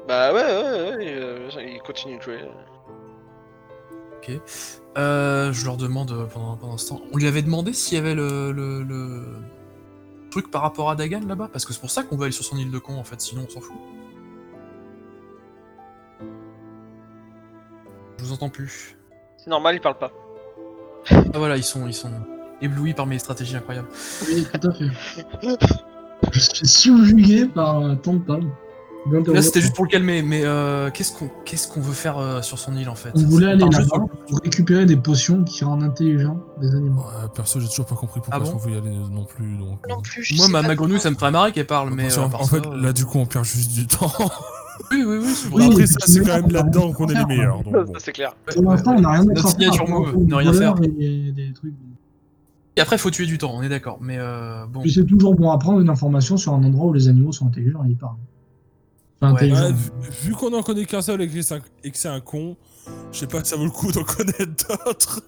bah ouais, ouais, ouais, euh, il continue de jouer. Euh, je leur demande euh, pendant, pendant ce temps. On lui avait demandé s'il y avait le, le, le truc par rapport à Dagan là-bas, parce que c'est pour ça qu'on veut aller sur son île de con en fait, sinon on s'en fout. Je vous entends plus. C'est normal, il parle pas. Ah voilà, ils sont, ils sont éblouis par mes stratégies incroyables. Oui, tout à fait. Je suis subjugué par euh, tant de palmes. Bien te Là c'était juste pour le calmer, mais euh, qu'est-ce qu'on qu'est-ce qu'on veut faire euh, sur son île en fait On voulait aller part juste là-bas pour récupérer des potions qui rendent intelligents des animaux. Ouais, euh, perso, j'ai toujours pas compris pourquoi Ah bon on voulait y aller non plus. Donc, Non euh, plus, je Moi, sais ma, pas ma grenouille, pourquoi. ça me ferait marrer qu'elle parle, mais. parce qu'en- euh, en, par ça, fait, euh, là, du coup, on perd juste du temps. Oui, oui, oui, c'est pour Oui, ça. Après, mais ça, tu c'est mets quand pas même dans là-dedans le qu'on est les faire, meilleurs. Donc, bon. Ça, c'est clair. Pour l'instant, on n'a rien Notre d'autre à faire. signature à part move, prendre ne rien des faire. voleurs Et des trucs. Et après, faut tuer du temps, on est d'accord. Mais euh, bon. Puis c'est toujours bon à prendre une information sur un endroit où les animaux sont intelligents et ils parlent. Enfin, Ouais. intelligents. Ouais, vu vu qu'on en connaît qu'un seul et que c'est un- et que c'est un con, je sais pas que ça vaut le coup d'en connaître d'autres.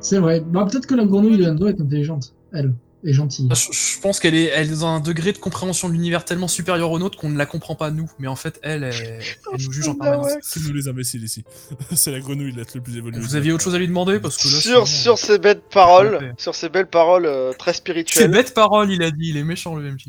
C'est vrai. Bah, peut-être que la grenouille de Endo est intelligente, elle, et gentille. Je, je pense qu'elle est, elle est dans un degré de compréhension de l'univers tellement supérieur au nôtre qu'on ne la comprend pas nous, mais en fait elle, elle, Oh, elle nous juge en permanence. C'est nous les imbéciles ici. c'est la grenouille l'être le plus évolué. Vous aviez autre chose à lui demander parce que là. Sur, sinon, sur euh, ces belles Ouais. paroles, sur ces belles paroles euh, très Ces spirituelles. bêtes paroles, il a dit, il est méchant le MJ.